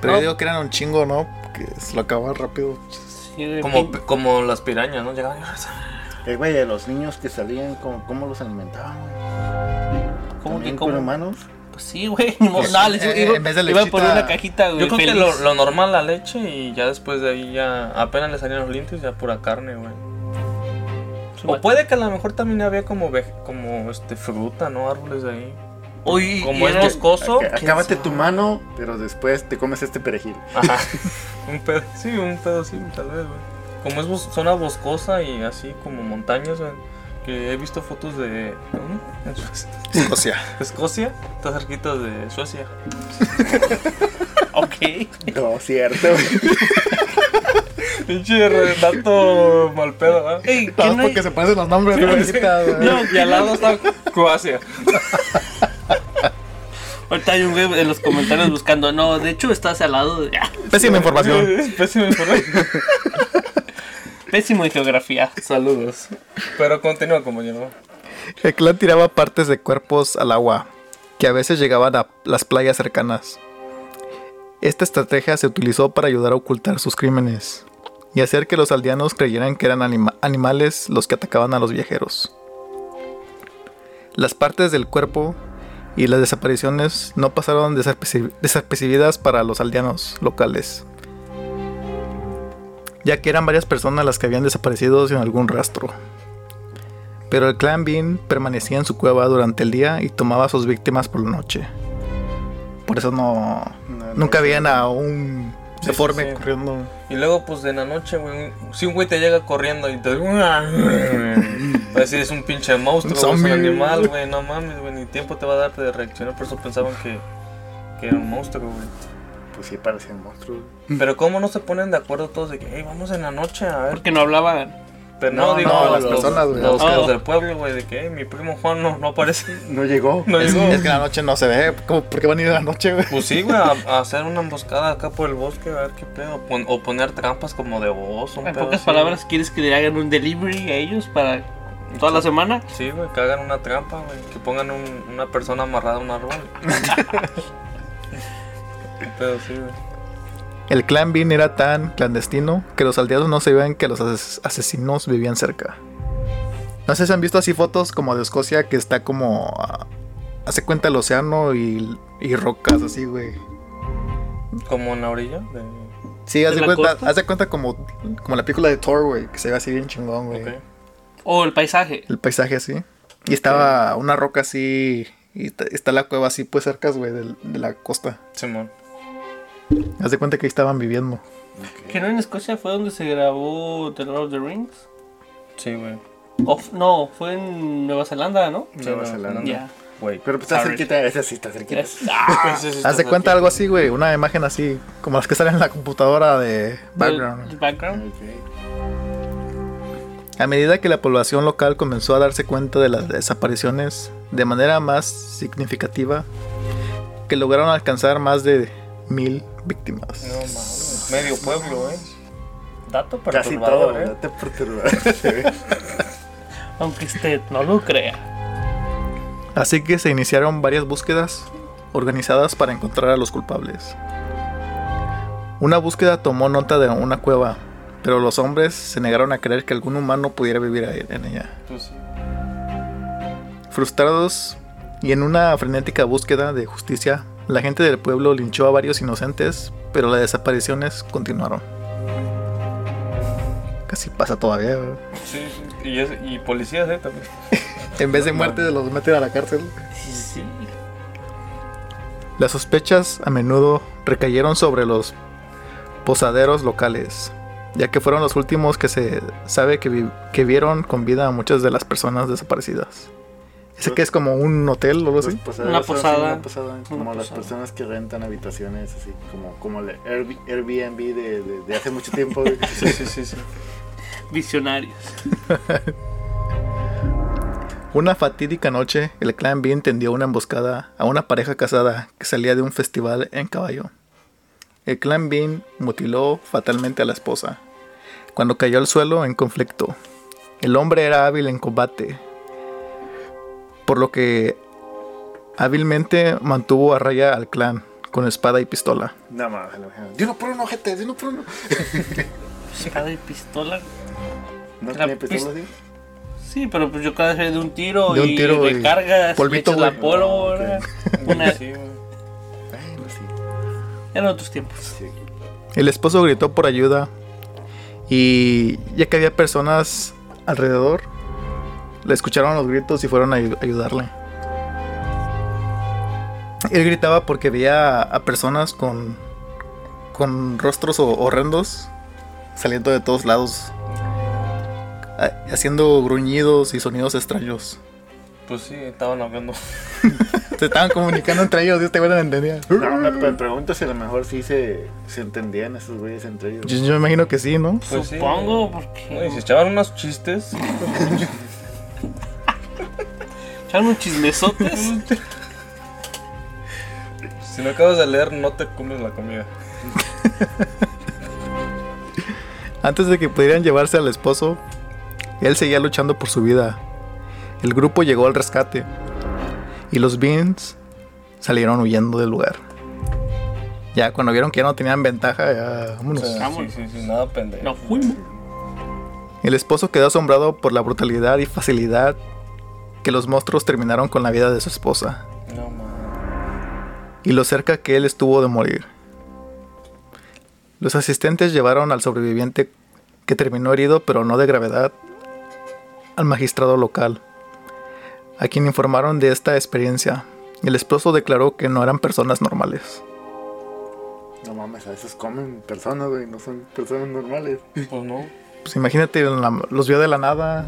[SPEAKER 2] Pero yo digo que eran un chingo, ¿no? Que se lo acababan rápido.
[SPEAKER 4] Sí, güey,
[SPEAKER 5] Como,
[SPEAKER 4] pin-
[SPEAKER 5] como las pirañas, ¿no? Llegaban y-
[SPEAKER 3] eh, güey, a los niños que salían, ¿cómo, cómo los alimentaban? güey?
[SPEAKER 4] ¿Cómo que
[SPEAKER 3] ¿También
[SPEAKER 4] como?
[SPEAKER 3] con humanos?
[SPEAKER 4] Pues sí, güey. No, no, les
[SPEAKER 2] eh,
[SPEAKER 4] iba,
[SPEAKER 2] en vez de
[SPEAKER 4] iba por
[SPEAKER 2] lechita-
[SPEAKER 4] una cajita, güey.
[SPEAKER 5] Yo creo que
[SPEAKER 4] feliz.
[SPEAKER 5] lo, lo normal la leche y ya después de ahí ya apenas le salían los lintes ya pura carne, güey. O puede que a lo mejor también había como ve- como este fruta, ¿no? Árboles de ahí.
[SPEAKER 4] Oye,
[SPEAKER 5] Como es
[SPEAKER 4] era-
[SPEAKER 5] boscoso.
[SPEAKER 3] Acá- Acábate tu mano, pero después te comes este perejil.
[SPEAKER 5] Ajá. un pedo, sí, un pedo sí, tal vez, güey. Como es bos- zona boscosa y así como montañas, güey, Que he visto fotos de. ¿dónde? En Suecia.
[SPEAKER 2] O sea,
[SPEAKER 5] Escocia, está cerquita de Suecia.
[SPEAKER 4] Ok.
[SPEAKER 3] No, cierto. güey.
[SPEAKER 5] Pinche dato mal pedo, ¿verdad?
[SPEAKER 4] Ey, ¿quién
[SPEAKER 2] Nada
[SPEAKER 4] no
[SPEAKER 2] más porque
[SPEAKER 4] hay-
[SPEAKER 2] se parecen los nombres, güey.
[SPEAKER 5] y al lado está Croacia.
[SPEAKER 4] Ahorita hay un güey en los comentarios buscando. No, de hecho estás al lado de. Ah,
[SPEAKER 2] Pésima información.
[SPEAKER 5] Pésimo informe.
[SPEAKER 4] Pésimo en geografía.
[SPEAKER 5] Saludos. Pero continúa, compañero.
[SPEAKER 2] El clan tiraba partes de cuerpos al agua, que a veces llegaban a las playas cercanas. Esta estrategia se utilizó para ayudar a ocultar sus crímenes y hacer que los aldeanos creyeran que eran anima- animales los que atacaban a los viajeros. Las partes del cuerpo y las desapariciones no pasaron desaperci- desapercibidas para los aldeanos locales, ya que eran varias personas las que habían desaparecido sin algún rastro pero el clan Bean permanecía en su cueva durante el día y tomaba a sus víctimas por la noche. Por eso no.
[SPEAKER 3] No,
[SPEAKER 2] Nunca
[SPEAKER 3] no,
[SPEAKER 2] habían a un
[SPEAKER 5] Sí,
[SPEAKER 2] deforme
[SPEAKER 5] sí, sí.
[SPEAKER 2] corriendo.
[SPEAKER 5] Y luego, pues de la noche, güey, un- si un güey te llega corriendo y te. Pues si es un pinche monstruo,
[SPEAKER 2] Un
[SPEAKER 5] güey, es un
[SPEAKER 2] zombie.
[SPEAKER 5] animal, güey, no mames, güey, ni tiempo te va a darte de reaccionar, por eso pensaban que, que era un monstruo, güey.
[SPEAKER 3] Pues sí, parecían monstruos.
[SPEAKER 2] Mm.
[SPEAKER 5] Pero ¿cómo no se ponen de acuerdo todos de que, hey, vamos en la noche a ver?
[SPEAKER 4] Porque no hablaban.
[SPEAKER 5] Pero
[SPEAKER 2] No, no, las personas, güey,
[SPEAKER 5] Los,
[SPEAKER 4] las
[SPEAKER 5] los
[SPEAKER 4] que-
[SPEAKER 5] del pueblo, güey, de que, hey, mi primo Juan no, no aparece.
[SPEAKER 3] No llegó.
[SPEAKER 5] No
[SPEAKER 2] Es,
[SPEAKER 5] llegó.
[SPEAKER 2] es que la noche no se ve. ¿Cómo, ¿Por qué van a ir a la noche, güey?
[SPEAKER 5] Pues sí, güey, a, a hacer una emboscada acá por el bosque, a ver qué pedo. pon- o poner trampas como de voz, un
[SPEAKER 4] En
[SPEAKER 5] pedo
[SPEAKER 4] pocas
[SPEAKER 5] así.
[SPEAKER 4] palabras, ¿quieres que le hagan un delivery a ellos para toda la semana?
[SPEAKER 5] Sí, güey, que hagan una trampa, güey. Que pongan un- una persona amarrada a un árbol. Un pedo así, güey.
[SPEAKER 2] El clan Bean era tan clandestino que los aldeanos no se veían que los ases- asesinos vivían cerca. No sé si han visto así fotos como de Escocia que está como. ah, Hace cuenta el océano y, y rocas así, güey.
[SPEAKER 5] Como en la orilla. De...
[SPEAKER 2] Sí, haz
[SPEAKER 4] ¿De
[SPEAKER 2] de
[SPEAKER 4] la
[SPEAKER 2] cuenta,
[SPEAKER 4] costa?
[SPEAKER 2] haz de cuenta como, como la película de Thor, güey, que se ve así bien chingón, güey.
[SPEAKER 5] Ok.
[SPEAKER 4] O el paisaje.
[SPEAKER 2] el paisaje así. Y estaba una roca así. Y está, está la cueva así, pues cerca, güey, del- de, la costa.
[SPEAKER 5] Simón.
[SPEAKER 2] Haz de cuenta que ahí estaban viviendo.
[SPEAKER 4] Que no en Escocia fue donde se grabó The Lord of the Rings.
[SPEAKER 5] Sí, güey.
[SPEAKER 4] O f- no, fue en Nueva Zelanda, ¿no?
[SPEAKER 5] Sí,
[SPEAKER 3] Nueva
[SPEAKER 5] no,
[SPEAKER 3] Zelanda.
[SPEAKER 4] Ya.
[SPEAKER 5] no, Güey.
[SPEAKER 3] Pero pues está
[SPEAKER 4] Sorry.
[SPEAKER 3] cerquita, esa sí está cerquita.
[SPEAKER 4] Es- ¡Ah!
[SPEAKER 5] Pues,
[SPEAKER 2] Haz de cuenta algo así, güey. Una imagen así, como las que salen en la computadora de background.
[SPEAKER 4] El- el background.
[SPEAKER 3] Ok.
[SPEAKER 2] A medida que la población local comenzó a darse cuenta de las desapariciones de manera más significativa, que lograron alcanzar más de mil víctimas.
[SPEAKER 5] No mames. Medio pueblo, güey. Dato
[SPEAKER 3] Casi
[SPEAKER 5] perturbador,
[SPEAKER 3] todo,
[SPEAKER 5] eh.
[SPEAKER 3] ¿verdad? Te perturba.
[SPEAKER 4] Aunque usted no lo crea.
[SPEAKER 2] Así que se iniciaron varias búsquedas organizadas para encontrar a los culpables. Una búsqueda tomó nota de una cueva, pero los hombres se negaron a creer que algún humano pudiera vivir ahí- en ella.
[SPEAKER 5] Pues sí.
[SPEAKER 2] Frustrados y en una frenética búsqueda de justicia, la gente del pueblo linchó a varios inocentes, pero las desapariciones continuaron. Casi pasa todavía. güey.
[SPEAKER 5] Sí, sí. Y, es, y policías, eh, también.
[SPEAKER 2] En vez de muerte los meten a la cárcel.
[SPEAKER 4] Sí, sí.
[SPEAKER 2] Las sospechas a menudo recayeron sobre los posaderos locales, ya que fueron los últimos que se sabe que, vi- que vieron con vida a muchas de las personas desaparecidas. Ese que es como un hotel o algo
[SPEAKER 3] Los
[SPEAKER 2] así.
[SPEAKER 3] posaderos
[SPEAKER 4] Una
[SPEAKER 3] Pues, son así,
[SPEAKER 4] posada.
[SPEAKER 3] una posada, Como las
[SPEAKER 4] posada.
[SPEAKER 3] personas que rentan habitaciones, así como, como el Airb- Airbnb de, de- de hace mucho tiempo. güey.
[SPEAKER 5] Sí, sí, sí, sí.
[SPEAKER 4] Visionarios.
[SPEAKER 2] Una fatídica noche, el clan Bean tendió una emboscada a una pareja casada que salía de un festival en caballo. El clan Bean mutiló fatalmente a la esposa. Cuando cayó al suelo en conflicto, el hombre era hábil en combate, por lo que hábilmente mantuvo a raya al clan con espada y pistola.
[SPEAKER 3] Nada más. a la mujer, Yo no por uno, gente, yo no por uno.
[SPEAKER 4] Espada y pistola.
[SPEAKER 3] ¿No
[SPEAKER 4] La
[SPEAKER 3] tenía pistola así?
[SPEAKER 4] Sí, pero pues yo cada vez de un tiro
[SPEAKER 2] De un
[SPEAKER 4] y
[SPEAKER 2] tiro y
[SPEAKER 4] recargas,
[SPEAKER 2] polvito,
[SPEAKER 4] le echas la
[SPEAKER 2] güey.
[SPEAKER 4] pólvora. Una-
[SPEAKER 5] Sí, güey.
[SPEAKER 3] Bueno, sí,
[SPEAKER 4] Eran otros tiempos.
[SPEAKER 3] sí.
[SPEAKER 2] El esposo gritó por ayuda y ya que había personas alrededor, le escucharon los gritos y fueron a ayu- ayudarle. Él gritaba porque veía a personas con, con rostros ho- horrendos saliendo de todos lados, ha- haciendo gruñidos y sonidos extraños.
[SPEAKER 5] Pues sí, estaban hablando.
[SPEAKER 2] Se estaban comunicando entre ellos, Dios te hubiera entendido.
[SPEAKER 3] No, me, me pregunto si a lo mejor sí se, se entendían esos güeyes entre ellos.
[SPEAKER 2] Yo, yo me imagino que sí, ¿no?
[SPEAKER 5] Pues sí.
[SPEAKER 4] Supongo, porque.
[SPEAKER 5] No, Y se echaban unos chistes.
[SPEAKER 4] Echaron un chismesotes.
[SPEAKER 5] Si no acabas de leer, no te comes la comida.
[SPEAKER 2] Antes de que pudieran llevarse al esposo, él seguía luchando por su vida. El grupo llegó al rescate y los Beans salieron huyendo del lugar. Ya cuando vieron que ya no tenían ventaja, ya vámonos.
[SPEAKER 5] O sea, sí,
[SPEAKER 4] Pues, Vámonos.
[SPEAKER 5] sí, sí, nada pendejo.
[SPEAKER 4] Nos fuimos.
[SPEAKER 2] El esposo quedó asombrado por la brutalidad y facilidad que los monstruos terminaron con la vida de su esposa
[SPEAKER 5] No, mames.
[SPEAKER 2] y lo cerca que él estuvo de morir. Los asistentes llevaron al sobreviviente, que terminó herido pero no de gravedad, al magistrado local, a quien informaron de esta experiencia. El esposo declaró que no eran personas normales.
[SPEAKER 3] No mames, a veces comen personas, güey, no son personas normales.
[SPEAKER 5] Pues no.
[SPEAKER 2] Pues imagínate, en la- los vio de la nada,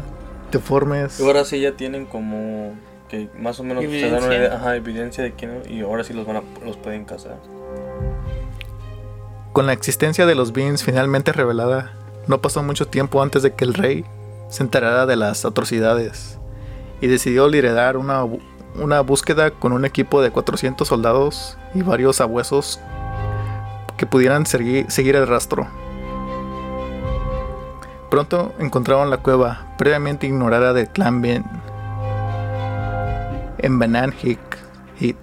[SPEAKER 2] deformes.
[SPEAKER 5] Y ahora sí ya tienen como que más o menos se dan una
[SPEAKER 4] Evidencia.
[SPEAKER 5] idea, ajá, evidencia de quién y ahora sí los van a, los pueden casar.
[SPEAKER 2] Con la existencia de los Beans finalmente revelada, no pasó mucho tiempo antes de que el rey se enterara de las atrocidades y decidió liderar una, bu- una búsqueda con un equipo de 400 soldados y varios abuesos que pudieran segui- seguir el rastro. Pronto encontraron la cueva previamente ignorada del clan Bean en Banan Hick, Hit,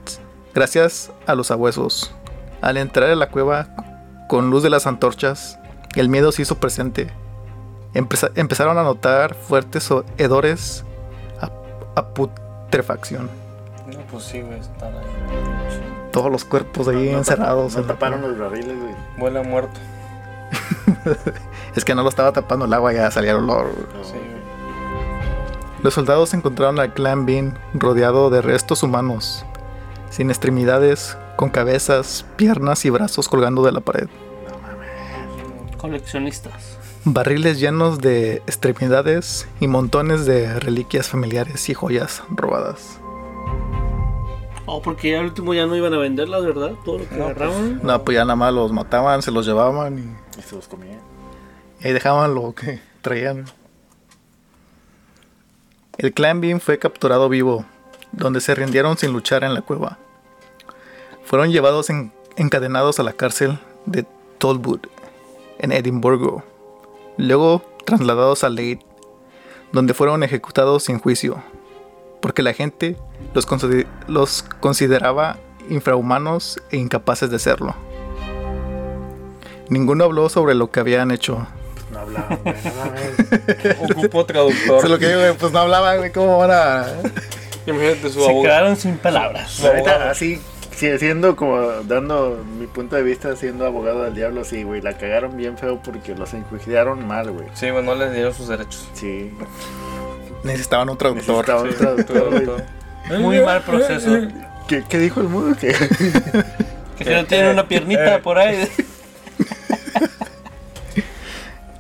[SPEAKER 2] gracias a los abuesos. Al entrar a la cueva con luz de las antorchas, el miedo se hizo presente. Empeza- empezaron a notar fuertes o- hedores a, a putrefacción.
[SPEAKER 5] No, pues sí, güey, estar ahí.
[SPEAKER 2] Todos los cuerpos ahí
[SPEAKER 3] No, no
[SPEAKER 2] encerrados.
[SPEAKER 3] tapa-
[SPEAKER 2] en
[SPEAKER 3] No
[SPEAKER 2] la
[SPEAKER 3] taparon los barriles, güey.
[SPEAKER 5] Vuela muerto.
[SPEAKER 2] cueva. Es que no lo estaba tapando el agua, ya salía el olor.
[SPEAKER 3] No,
[SPEAKER 5] Sí, güey.
[SPEAKER 2] Los soldados encontraron al clan Bean rodeado de restos humanos, sin extremidades, con cabezas, piernas y brazos colgando de la pared.
[SPEAKER 4] Coleccionistas.
[SPEAKER 2] Barriles llenos de extremidades y montones de reliquias familiares y joyas robadas.
[SPEAKER 4] Oh, porque ya al último ya no iban a venderlas, ¿verdad? Todo lo que
[SPEAKER 5] No,
[SPEAKER 4] agarraban.
[SPEAKER 2] No, pues ya nada más los mataban, se los llevaban y,
[SPEAKER 3] y se los comían.
[SPEAKER 2] y ahí dejaban lo que traían. El clan Bean fue capturado vivo, donde se rindieron sin luchar en la cueva. Fueron llevados en- encadenados a la cárcel de Tollwood, en Edimburgo. Luego trasladados a Leith, donde fueron ejecutados sin juicio, porque la gente los, consider- los consideraba infrahumanos e incapaces de serlo. Ninguno habló sobre lo que habían hecho.
[SPEAKER 3] Pues no hablaban, güey, no mames.
[SPEAKER 5] Ocupó traductor.
[SPEAKER 2] lo que digo, güey, pues no hablaban, güey, ¿cómo van a...?
[SPEAKER 5] Imagínate su
[SPEAKER 4] Se
[SPEAKER 5] abogado.
[SPEAKER 4] quedaron sin palabras.
[SPEAKER 5] Su
[SPEAKER 3] La neta,
[SPEAKER 5] abogado.
[SPEAKER 3] así, sí, siendo como dando mi punto de vista, siendo abogado del diablo, sí, güey, la cagaron bien feo porque los enjuiciaron mal, güey.
[SPEAKER 5] Sí, güey, no les dieron sus derechos.
[SPEAKER 3] Sí,
[SPEAKER 2] Necesitaban un traductor.
[SPEAKER 3] necesitaba un traductor, güey.
[SPEAKER 5] Traductor.
[SPEAKER 4] Muy mal proceso.
[SPEAKER 3] ¿Qué, qué dijo el mudo? ¿Qué?
[SPEAKER 4] Que
[SPEAKER 5] eh,
[SPEAKER 4] si no tienen una piernita por ahí.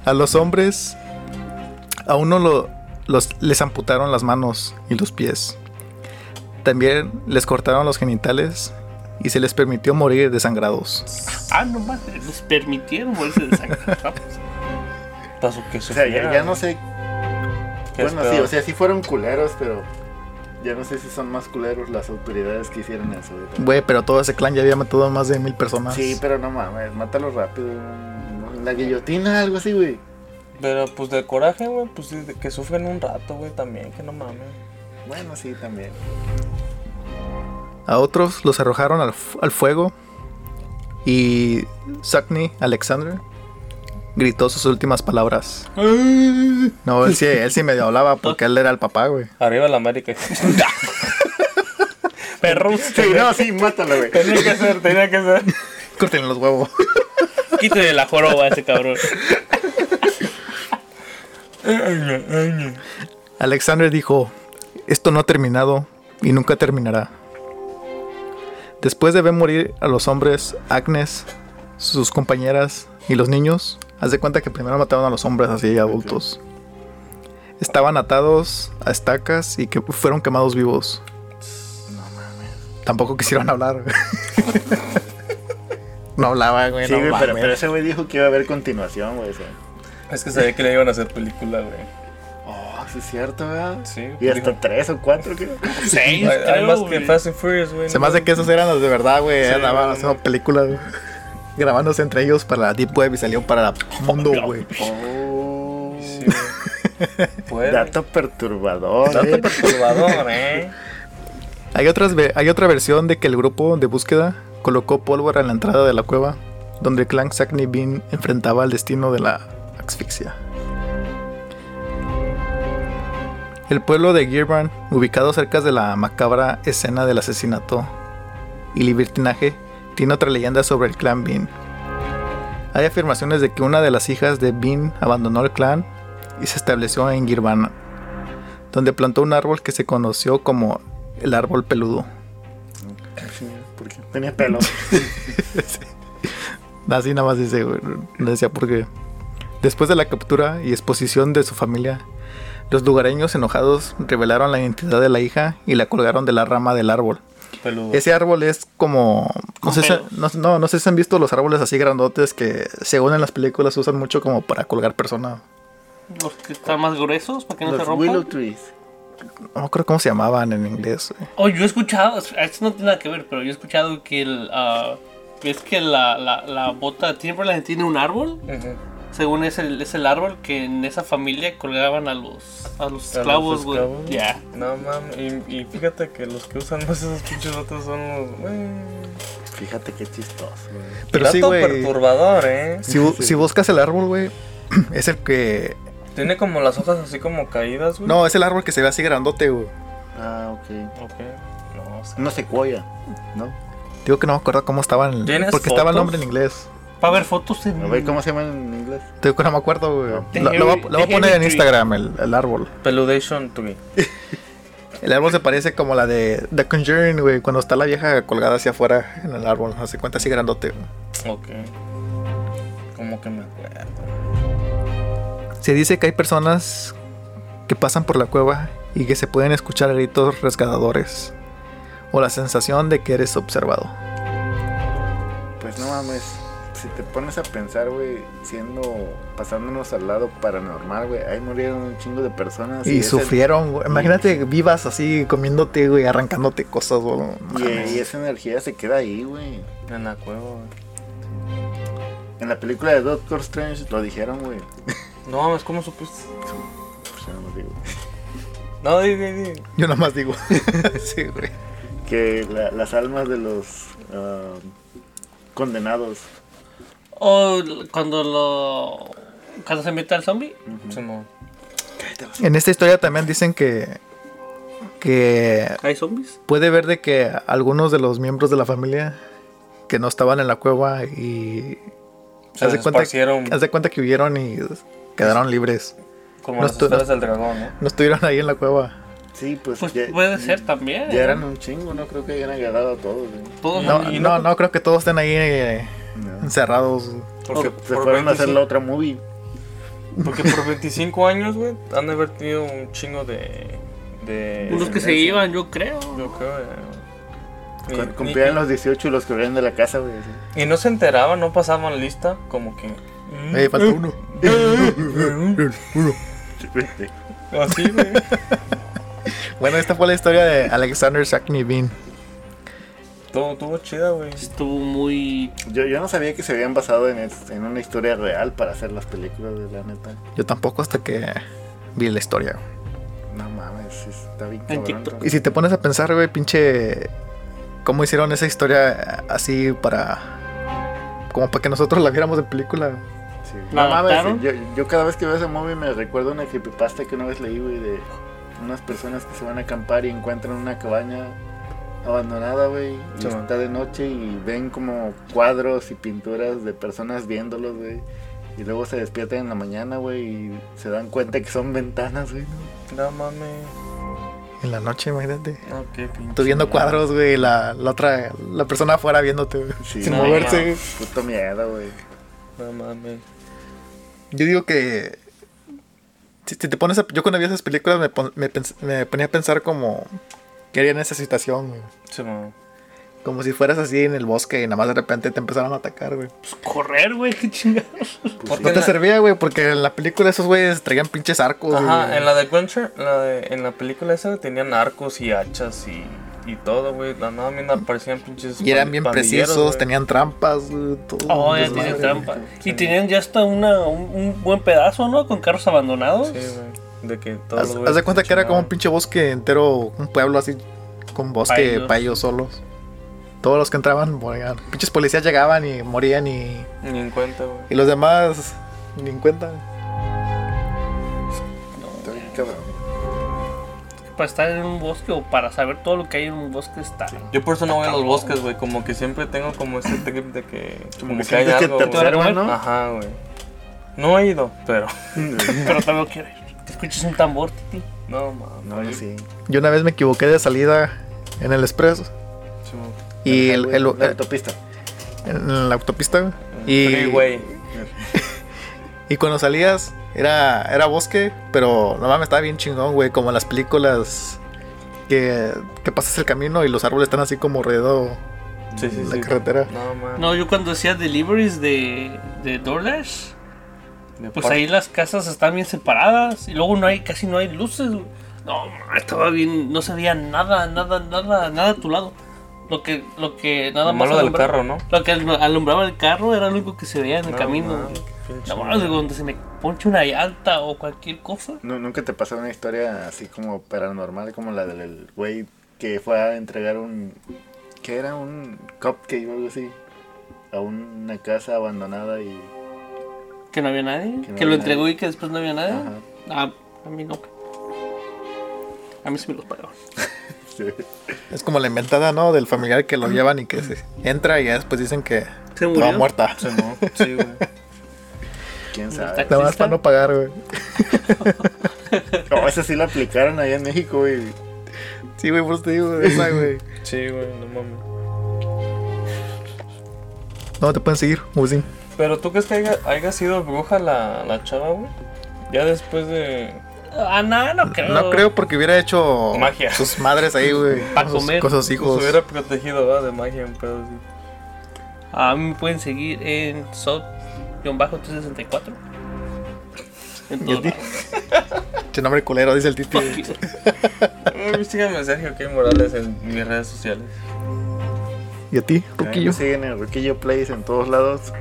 [SPEAKER 2] A los hombres, a uno lo- los, les amputaron las manos y los pies. También les cortaron los genitales y se les permitió morir desangrados.
[SPEAKER 4] Ah, no más. Les permitieron morirse de sangre.
[SPEAKER 5] Paso que se
[SPEAKER 3] O sea, ya,
[SPEAKER 5] fuera,
[SPEAKER 3] ya no
[SPEAKER 5] güey.
[SPEAKER 3] sé.
[SPEAKER 5] Qué
[SPEAKER 3] Bueno,
[SPEAKER 5] pedo.
[SPEAKER 3] sí, o sea, sí fueron culeros, pero ya no sé si son más culeros las autoridades que hicieron eso, güey.
[SPEAKER 2] Güey, pero todo ese clan ya había matado a más de mil personas.
[SPEAKER 3] Sí, pero no mames, mátalo rápido. La guillotina, algo así, güey.
[SPEAKER 5] Pero pues de coraje, güey, pues sí, de que sufren un rato, güey, también, que no mames.
[SPEAKER 3] Bueno, sí, también.
[SPEAKER 2] A otros los arrojaron al, fu- al fuego y Sackney Alexander gritó sus últimas palabras. No, él sí, él sí medio hablaba porque él era el papá, güey.
[SPEAKER 5] Arriba la América.
[SPEAKER 4] Perros.
[SPEAKER 3] Sí, no, sí, mátalo, güey.
[SPEAKER 5] tenía que ser, tenía que ser.
[SPEAKER 2] Corten los huevos.
[SPEAKER 4] Quítale la joroba a ese cabrón.
[SPEAKER 2] Alexander dijo, esto no ha terminado y nunca terminará. Después de ver morir a los hombres, Agnes, sus compañeras y los niños, haz de cuenta que primero mataron a los hombres así adultos. Estaban atados a estacas y que fueron quemados vivos. Tampoco quisieron hablar. güey. no hablaba, güey.
[SPEAKER 3] Sí,
[SPEAKER 2] no
[SPEAKER 3] güey, pero,
[SPEAKER 2] mames.
[SPEAKER 3] pero ese güey dijo que iba a haber continuación, güey. o sea.
[SPEAKER 5] Es que sabía que le iban a hacer película, güey.
[SPEAKER 3] Oh, sí es cierto, ¿verdad?
[SPEAKER 5] Sí,
[SPEAKER 3] Y
[SPEAKER 5] dijo-
[SPEAKER 3] hasta tres o cuatro, creo.
[SPEAKER 4] Seis,
[SPEAKER 5] Ad-
[SPEAKER 4] creo,
[SPEAKER 5] Además que
[SPEAKER 4] güey.
[SPEAKER 5] Fast and Furious, güey.
[SPEAKER 2] Se
[SPEAKER 5] no
[SPEAKER 2] me hace que esos eran los de verdad, güey.
[SPEAKER 5] Sí,
[SPEAKER 2] Andaban
[SPEAKER 5] no,
[SPEAKER 2] haciendo
[SPEAKER 5] no.
[SPEAKER 2] películas, güey. grabándose entre ellos para la Deep Web y salió para el mundo, güey.
[SPEAKER 3] Oh,
[SPEAKER 5] Sí, güey. Puede.
[SPEAKER 3] dato perturbador.
[SPEAKER 5] Dato
[SPEAKER 3] eh.
[SPEAKER 5] perturbador, eh.
[SPEAKER 2] Hay, otras ve- hay otra versión de que el grupo de búsqueda colocó pólvora en la entrada de la cueva, donde el clan Sackney Bean enfrentaba el destino de la asfixia. El pueblo de Girvan, ubicado cerca de la macabra escena del asesinato y libertinaje, tiene otra leyenda sobre el clan Bean. Hay afirmaciones de que una de las hijas de Bean abandonó el clan y se estableció en Girvan, donde plantó un árbol que se conoció como el árbol peludo.
[SPEAKER 3] Porque tenía pelo.
[SPEAKER 2] Así nada más dice, güey, no decía porque después de la captura y exposición de su familia, los lugareños enojados revelaron la identidad de la hija y la colgaron de la rama del árbol.
[SPEAKER 5] Peludo.
[SPEAKER 2] Ese árbol es como... No
[SPEAKER 4] Con
[SPEAKER 2] sé, si,
[SPEAKER 4] pelos.
[SPEAKER 2] no, no- no sé si han visto los árboles así grandotes que según en las películas usan mucho como para colgar personas.
[SPEAKER 4] Los que están más gruesos para que no se
[SPEAKER 3] Los Willow
[SPEAKER 4] rompan.
[SPEAKER 3] Trees.
[SPEAKER 2] No creo cómo se llamaban en inglés. güey.
[SPEAKER 4] Oh, yo he escuchado, esto no tiene nada que ver, pero yo he escuchado que el, ah, es que la, la, la bota Timberland tiene un árbol,
[SPEAKER 5] Ujú.
[SPEAKER 4] según es el, es el árbol que en esa familia colgaban a los, a los
[SPEAKER 5] A los
[SPEAKER 4] esclavos, güey.
[SPEAKER 5] esclavos.
[SPEAKER 4] Ya.
[SPEAKER 5] No mames, y, y fíjate que los que usan más esos pinches otros son los. güey.
[SPEAKER 3] Fíjate qué chistoso, güey.
[SPEAKER 2] Pero
[SPEAKER 5] Dato
[SPEAKER 2] sí, güey.
[SPEAKER 5] perturbador, eh.
[SPEAKER 2] Si, bu- si buscas el árbol, güey, es el que...
[SPEAKER 5] Tiene como las hojas así como caídas, güey.
[SPEAKER 2] No, es el árbol que se ve así grandote, güey.
[SPEAKER 3] Ah, ok.
[SPEAKER 5] Ok. No, o sea,
[SPEAKER 3] Una secuoya, ¿no?
[SPEAKER 2] Digo que no me acuerdo cómo estaban.
[SPEAKER 5] ¿Tienes
[SPEAKER 2] Porque estaba el
[SPEAKER 5] fotos?
[SPEAKER 2] nombre en inglés.
[SPEAKER 4] Va a haber fotos en.
[SPEAKER 3] A ver, ¿cómo se llama en inglés?
[SPEAKER 2] Digo que no me acuerdo, güey.
[SPEAKER 3] No.
[SPEAKER 2] Lo, lo voy a- lo voy a poner en
[SPEAKER 4] Tree.
[SPEAKER 2] Instagram, el, el árbol.
[SPEAKER 5] Peludation Tree.
[SPEAKER 2] El árbol se parece como la de The Conjuring, güey. Cuando está la vieja colgada hacia afuera en el árbol. No se cuenta así grandote. güey.
[SPEAKER 5] Ok. Como que me acuerdo.
[SPEAKER 2] Se dice que hay personas que pasan por la cueva y que se pueden escuchar gritos rescatadores. O la sensación de que eres observado.
[SPEAKER 3] Pues no mames. Si te pones a pensar, güey, siendo. pasándonos al lado paranormal, güey. Ahí murieron un chingo de personas.
[SPEAKER 2] y
[SPEAKER 3] es en-
[SPEAKER 2] sufrieron, güey. Imagínate vivas así comiéndote, güey, arrancándote cosas, güey.
[SPEAKER 3] y- eh, y esa energía se queda ahí, güey.
[SPEAKER 5] En la cueva, güey.
[SPEAKER 3] En la película de Doctor Strange lo dijeron, güey.
[SPEAKER 5] No mames, ¿cómo supiste?
[SPEAKER 3] Por si no lo digo.
[SPEAKER 5] No, di, di, di.
[SPEAKER 2] Yo nada más digo. sí, güey.
[SPEAKER 3] Que la- las almas de los ah, condenados.
[SPEAKER 4] O cuando lo. Cuando se mete al zombie.
[SPEAKER 5] Simón.
[SPEAKER 2] En esta historia también dicen que que
[SPEAKER 4] Hay zombies.
[SPEAKER 2] puede ver de que algunos de los miembros de la familia que no estaban en la cueva y
[SPEAKER 5] Se
[SPEAKER 2] haz de cuenta,
[SPEAKER 5] esparcieron
[SPEAKER 2] haz de cuenta que huyeron y quedaron libres.
[SPEAKER 5] como
[SPEAKER 2] no
[SPEAKER 5] las
[SPEAKER 2] estoy-
[SPEAKER 5] esferas del dragón, ¿no?
[SPEAKER 2] No estuvieron ahí en la cueva.
[SPEAKER 3] Sí, pues,
[SPEAKER 4] Pues
[SPEAKER 3] ya,
[SPEAKER 4] puede ser ¿eh? también.
[SPEAKER 3] ya eh, eran un chingo, no creo que hayan agarrado a todos, güey.
[SPEAKER 4] Todos
[SPEAKER 2] No,
[SPEAKER 4] son-
[SPEAKER 2] no, no creo que todos estén ahí eh,
[SPEAKER 3] No.
[SPEAKER 2] encerrados.
[SPEAKER 5] Porque
[SPEAKER 3] se fueron a hacer
[SPEAKER 5] 25
[SPEAKER 3] la otra movie.
[SPEAKER 5] Porque por 25 años, güey, han de haber tenido un chingo de. de
[SPEAKER 2] Pues
[SPEAKER 4] Unos que se iban, yo creo.
[SPEAKER 5] Yo creo, eh. Y-
[SPEAKER 3] Cu-
[SPEAKER 5] y-
[SPEAKER 3] Cumplían
[SPEAKER 5] y-
[SPEAKER 3] los 18 y los corrieron de la casa, güey. así.
[SPEAKER 5] Y no se enteraban, no pasaban lista, como que. mm,
[SPEAKER 2] Eh, falta uno.
[SPEAKER 5] Así, güey.
[SPEAKER 2] Bueno, esta fue la historia de Alexander Sackney Bean.
[SPEAKER 5] Todo tuvo chida, güey.
[SPEAKER 4] Estuvo muy.
[SPEAKER 3] Yo, yo no sabía que se habían basado en, es- en una historia real para hacer las películas de la neta.
[SPEAKER 2] Yo tampoco hasta que vi la historia.
[SPEAKER 3] No mames, sí, está bien
[SPEAKER 4] En
[SPEAKER 3] cabrón.
[SPEAKER 4] TikTok.
[SPEAKER 2] Y si te pones a pensar, güey, pinche. ¿Cómo hicieron esa historia así para. Como para que nosotros la viéramos en película?
[SPEAKER 3] Sí.
[SPEAKER 4] ¿La
[SPEAKER 3] No mames,
[SPEAKER 4] adaptaron?
[SPEAKER 3] yo, yo cada vez que veo ese movie me recuerdo una creepypasta que una vez leí, güey, de unas personas que se van a acampar y encuentran una cabaña abandonada, güey, y
[SPEAKER 5] Sí, man.
[SPEAKER 3] está de noche y ven como cuadros y pinturas de personas viéndolos, güey. Y luego se despiertan en la mañana, güey, y se dan cuenta que son ventanas, güey. ¿no?
[SPEAKER 5] No mames.
[SPEAKER 2] En la noche, imagínate.
[SPEAKER 5] No, qué pinche.
[SPEAKER 2] Tú viendo cuadros, güey, la, la otra, la persona afuera viéndote, güey,
[SPEAKER 3] Sí,
[SPEAKER 2] sin
[SPEAKER 4] no,
[SPEAKER 2] moverse. güey.
[SPEAKER 3] Puto miedo, güey.
[SPEAKER 5] No mames.
[SPEAKER 2] Yo digo que. Si, si te pones a- Yo cuando vi esas películas me, pon- me pens- me ponía a pensar como. Que haría en esa situación, güey.
[SPEAKER 5] Sí, mamá.
[SPEAKER 2] Como si fueras así en el bosque y nada más de repente te empezaron a atacar, güey.
[SPEAKER 4] Pues correr, güey, qué chingados.
[SPEAKER 5] Porque
[SPEAKER 2] Pues No
[SPEAKER 5] en
[SPEAKER 2] te
[SPEAKER 5] la-
[SPEAKER 2] servía, güey, porque en la película esos güeyes traían pinches arcos.
[SPEAKER 5] Ajá,
[SPEAKER 2] güey.
[SPEAKER 5] en la de Grancher, la de- en la película esa tenían arcos y hachas y, y todo, güey. La nada me parecían pinches.
[SPEAKER 2] Y eran bien
[SPEAKER 5] pandilleros,
[SPEAKER 2] precisos,
[SPEAKER 5] güey.
[SPEAKER 2] tenían trampas, güey, todo.
[SPEAKER 4] Oh, ya
[SPEAKER 2] desmadre,
[SPEAKER 4] tenían
[SPEAKER 2] güey.
[SPEAKER 4] trampa. Y tenían ya hasta una, un, un buen pedazo, ¿no? Con carros abandonados.
[SPEAKER 5] Sí, güey. De que todos
[SPEAKER 2] Pues, Haz,
[SPEAKER 5] los güeyes
[SPEAKER 2] haz de cuenta que era como un
[SPEAKER 5] chingaban.
[SPEAKER 2] pinche bosque entero, un pueblo así, con bosque
[SPEAKER 4] Pa' ellos.
[SPEAKER 2] para ellos solos. Todos los que entraban morían. Pinches policías llegaban y morían y,
[SPEAKER 5] Ni en cuenta, güey.
[SPEAKER 2] y los demás ni en cuenta.
[SPEAKER 3] Está bien cabrón.
[SPEAKER 4] Para estar en un bosque o para saber todo lo que hay en un bosque está.
[SPEAKER 5] Yo por eso no voy a los bosques, güey. Como que siempre tengo como ese trip de que.
[SPEAKER 3] Como que
[SPEAKER 5] que hay
[SPEAKER 3] sientes que
[SPEAKER 5] algo.
[SPEAKER 3] te
[SPEAKER 5] güey.
[SPEAKER 3] observan, ¿no?
[SPEAKER 5] Ajá, güey. No he ido, pero.
[SPEAKER 4] Pero también quiero ir. Te escuchas un tambor, Titi.
[SPEAKER 5] No, mames.
[SPEAKER 3] No, no, sí.
[SPEAKER 2] Yo una vez me equivoqué de salida en el expreso
[SPEAKER 5] chimo.
[SPEAKER 2] y el,
[SPEAKER 3] Highway,
[SPEAKER 2] el-
[SPEAKER 3] la autopista.
[SPEAKER 2] en la autopista. güey. Y,
[SPEAKER 5] Freeway.
[SPEAKER 2] y cuando salías era, era bosque, pero no mames, estaba bien chingón, güey, como en las películas que, que pasas el camino y los árboles están así como alrededor
[SPEAKER 5] Sí, sí,
[SPEAKER 2] la
[SPEAKER 5] sí.
[SPEAKER 2] carretera.
[SPEAKER 5] No, mames.
[SPEAKER 4] No, yo cuando hacía deliveries de, de DoorDash,
[SPEAKER 5] De
[SPEAKER 4] pues
[SPEAKER 5] par-
[SPEAKER 4] ahí las casas están bien separadas y luego no hay, casi no hay luces. güey. No, ma, estaba bien, no se veía nada, nada, nada, nada a tu lado. Lo que, lo que nada
[SPEAKER 5] Lo
[SPEAKER 4] más
[SPEAKER 5] malo del
[SPEAKER 4] alumbra-
[SPEAKER 5] carro, ¿no?
[SPEAKER 4] Lo que alumbraba el carro era lo único que se veía en el
[SPEAKER 5] No,
[SPEAKER 4] camino.
[SPEAKER 5] mames,
[SPEAKER 4] güey.
[SPEAKER 5] qué
[SPEAKER 4] La
[SPEAKER 5] chingada.
[SPEAKER 4] verdad, digo, donde se me ponche una llanta o cualquier cosa.
[SPEAKER 3] No, ¿Nunca te pasó una historia así como paranormal, como la del güey que fue a entregar un... que era? Un cupcake o algo así. A una casa abandonada y...
[SPEAKER 4] Que no había nadie. Que,
[SPEAKER 3] Que
[SPEAKER 4] lo
[SPEAKER 3] no había
[SPEAKER 4] entregó
[SPEAKER 3] nadie.
[SPEAKER 4] y que después no había nadie.
[SPEAKER 3] Ajá.
[SPEAKER 4] Ah, a mí no. A mí sí me los pagaban.
[SPEAKER 3] Sí.
[SPEAKER 2] Es como la inventada, ¿no? Del familiar que lo llevan y que se entra y ya después dicen que
[SPEAKER 4] Se
[SPEAKER 2] estaba
[SPEAKER 4] murió.
[SPEAKER 2] muerta.
[SPEAKER 5] Sí, no, sí, güey.
[SPEAKER 3] ¿Quién
[SPEAKER 4] Está
[SPEAKER 3] sabe?
[SPEAKER 2] Nada más
[SPEAKER 4] ¿Existe?
[SPEAKER 2] para no pagar, güey.
[SPEAKER 3] No, esa sí la aplicaron allá en México, güey.
[SPEAKER 2] Sí, güey, por eso te digo, esa, güey.
[SPEAKER 5] Sí, güey, no mames.
[SPEAKER 2] No, te pueden seguir, Uzi.
[SPEAKER 5] Pero tú crees que haya, haya sido bruja la, la chava, güey? Ya después de.
[SPEAKER 4] Ah, no, no creo.
[SPEAKER 2] No creo porque hubiera hecho
[SPEAKER 5] Magia.
[SPEAKER 2] sus madres ahí, güey.
[SPEAKER 4] Pa'
[SPEAKER 2] con sus-
[SPEAKER 4] comer.
[SPEAKER 2] Con sus
[SPEAKER 5] Los
[SPEAKER 2] hijos.
[SPEAKER 5] hubiera protegido, ¿verdad? De magia, un pedo así.
[SPEAKER 4] A mí me pueden seguir en sot-364. En todos lados.
[SPEAKER 2] Che nombre culero, dice el Titi.
[SPEAKER 5] Uy, Síganme Sergio K. Morales en mis redes sociales.
[SPEAKER 2] ¿Y a ti,
[SPEAKER 3] Ahí
[SPEAKER 2] Ruquillo?
[SPEAKER 3] me Siguen en Ruquillo Place en todos lados.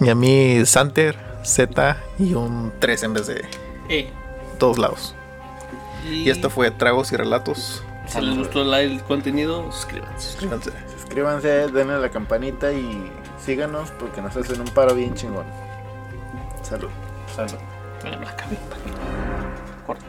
[SPEAKER 2] Y a mí, Santer, Z y un 3 en vez de
[SPEAKER 4] Eh,
[SPEAKER 2] todos lados. Y esto fue Tragos y Relatos.
[SPEAKER 4] Si les gustó la- el contenido, suscríbanse.
[SPEAKER 2] Suscríbanse.
[SPEAKER 3] Suscríbanse, denle a la campanita y síganos porque nos hacen un paro bien chingón. Salud.
[SPEAKER 4] Bueno, acabé. Corte.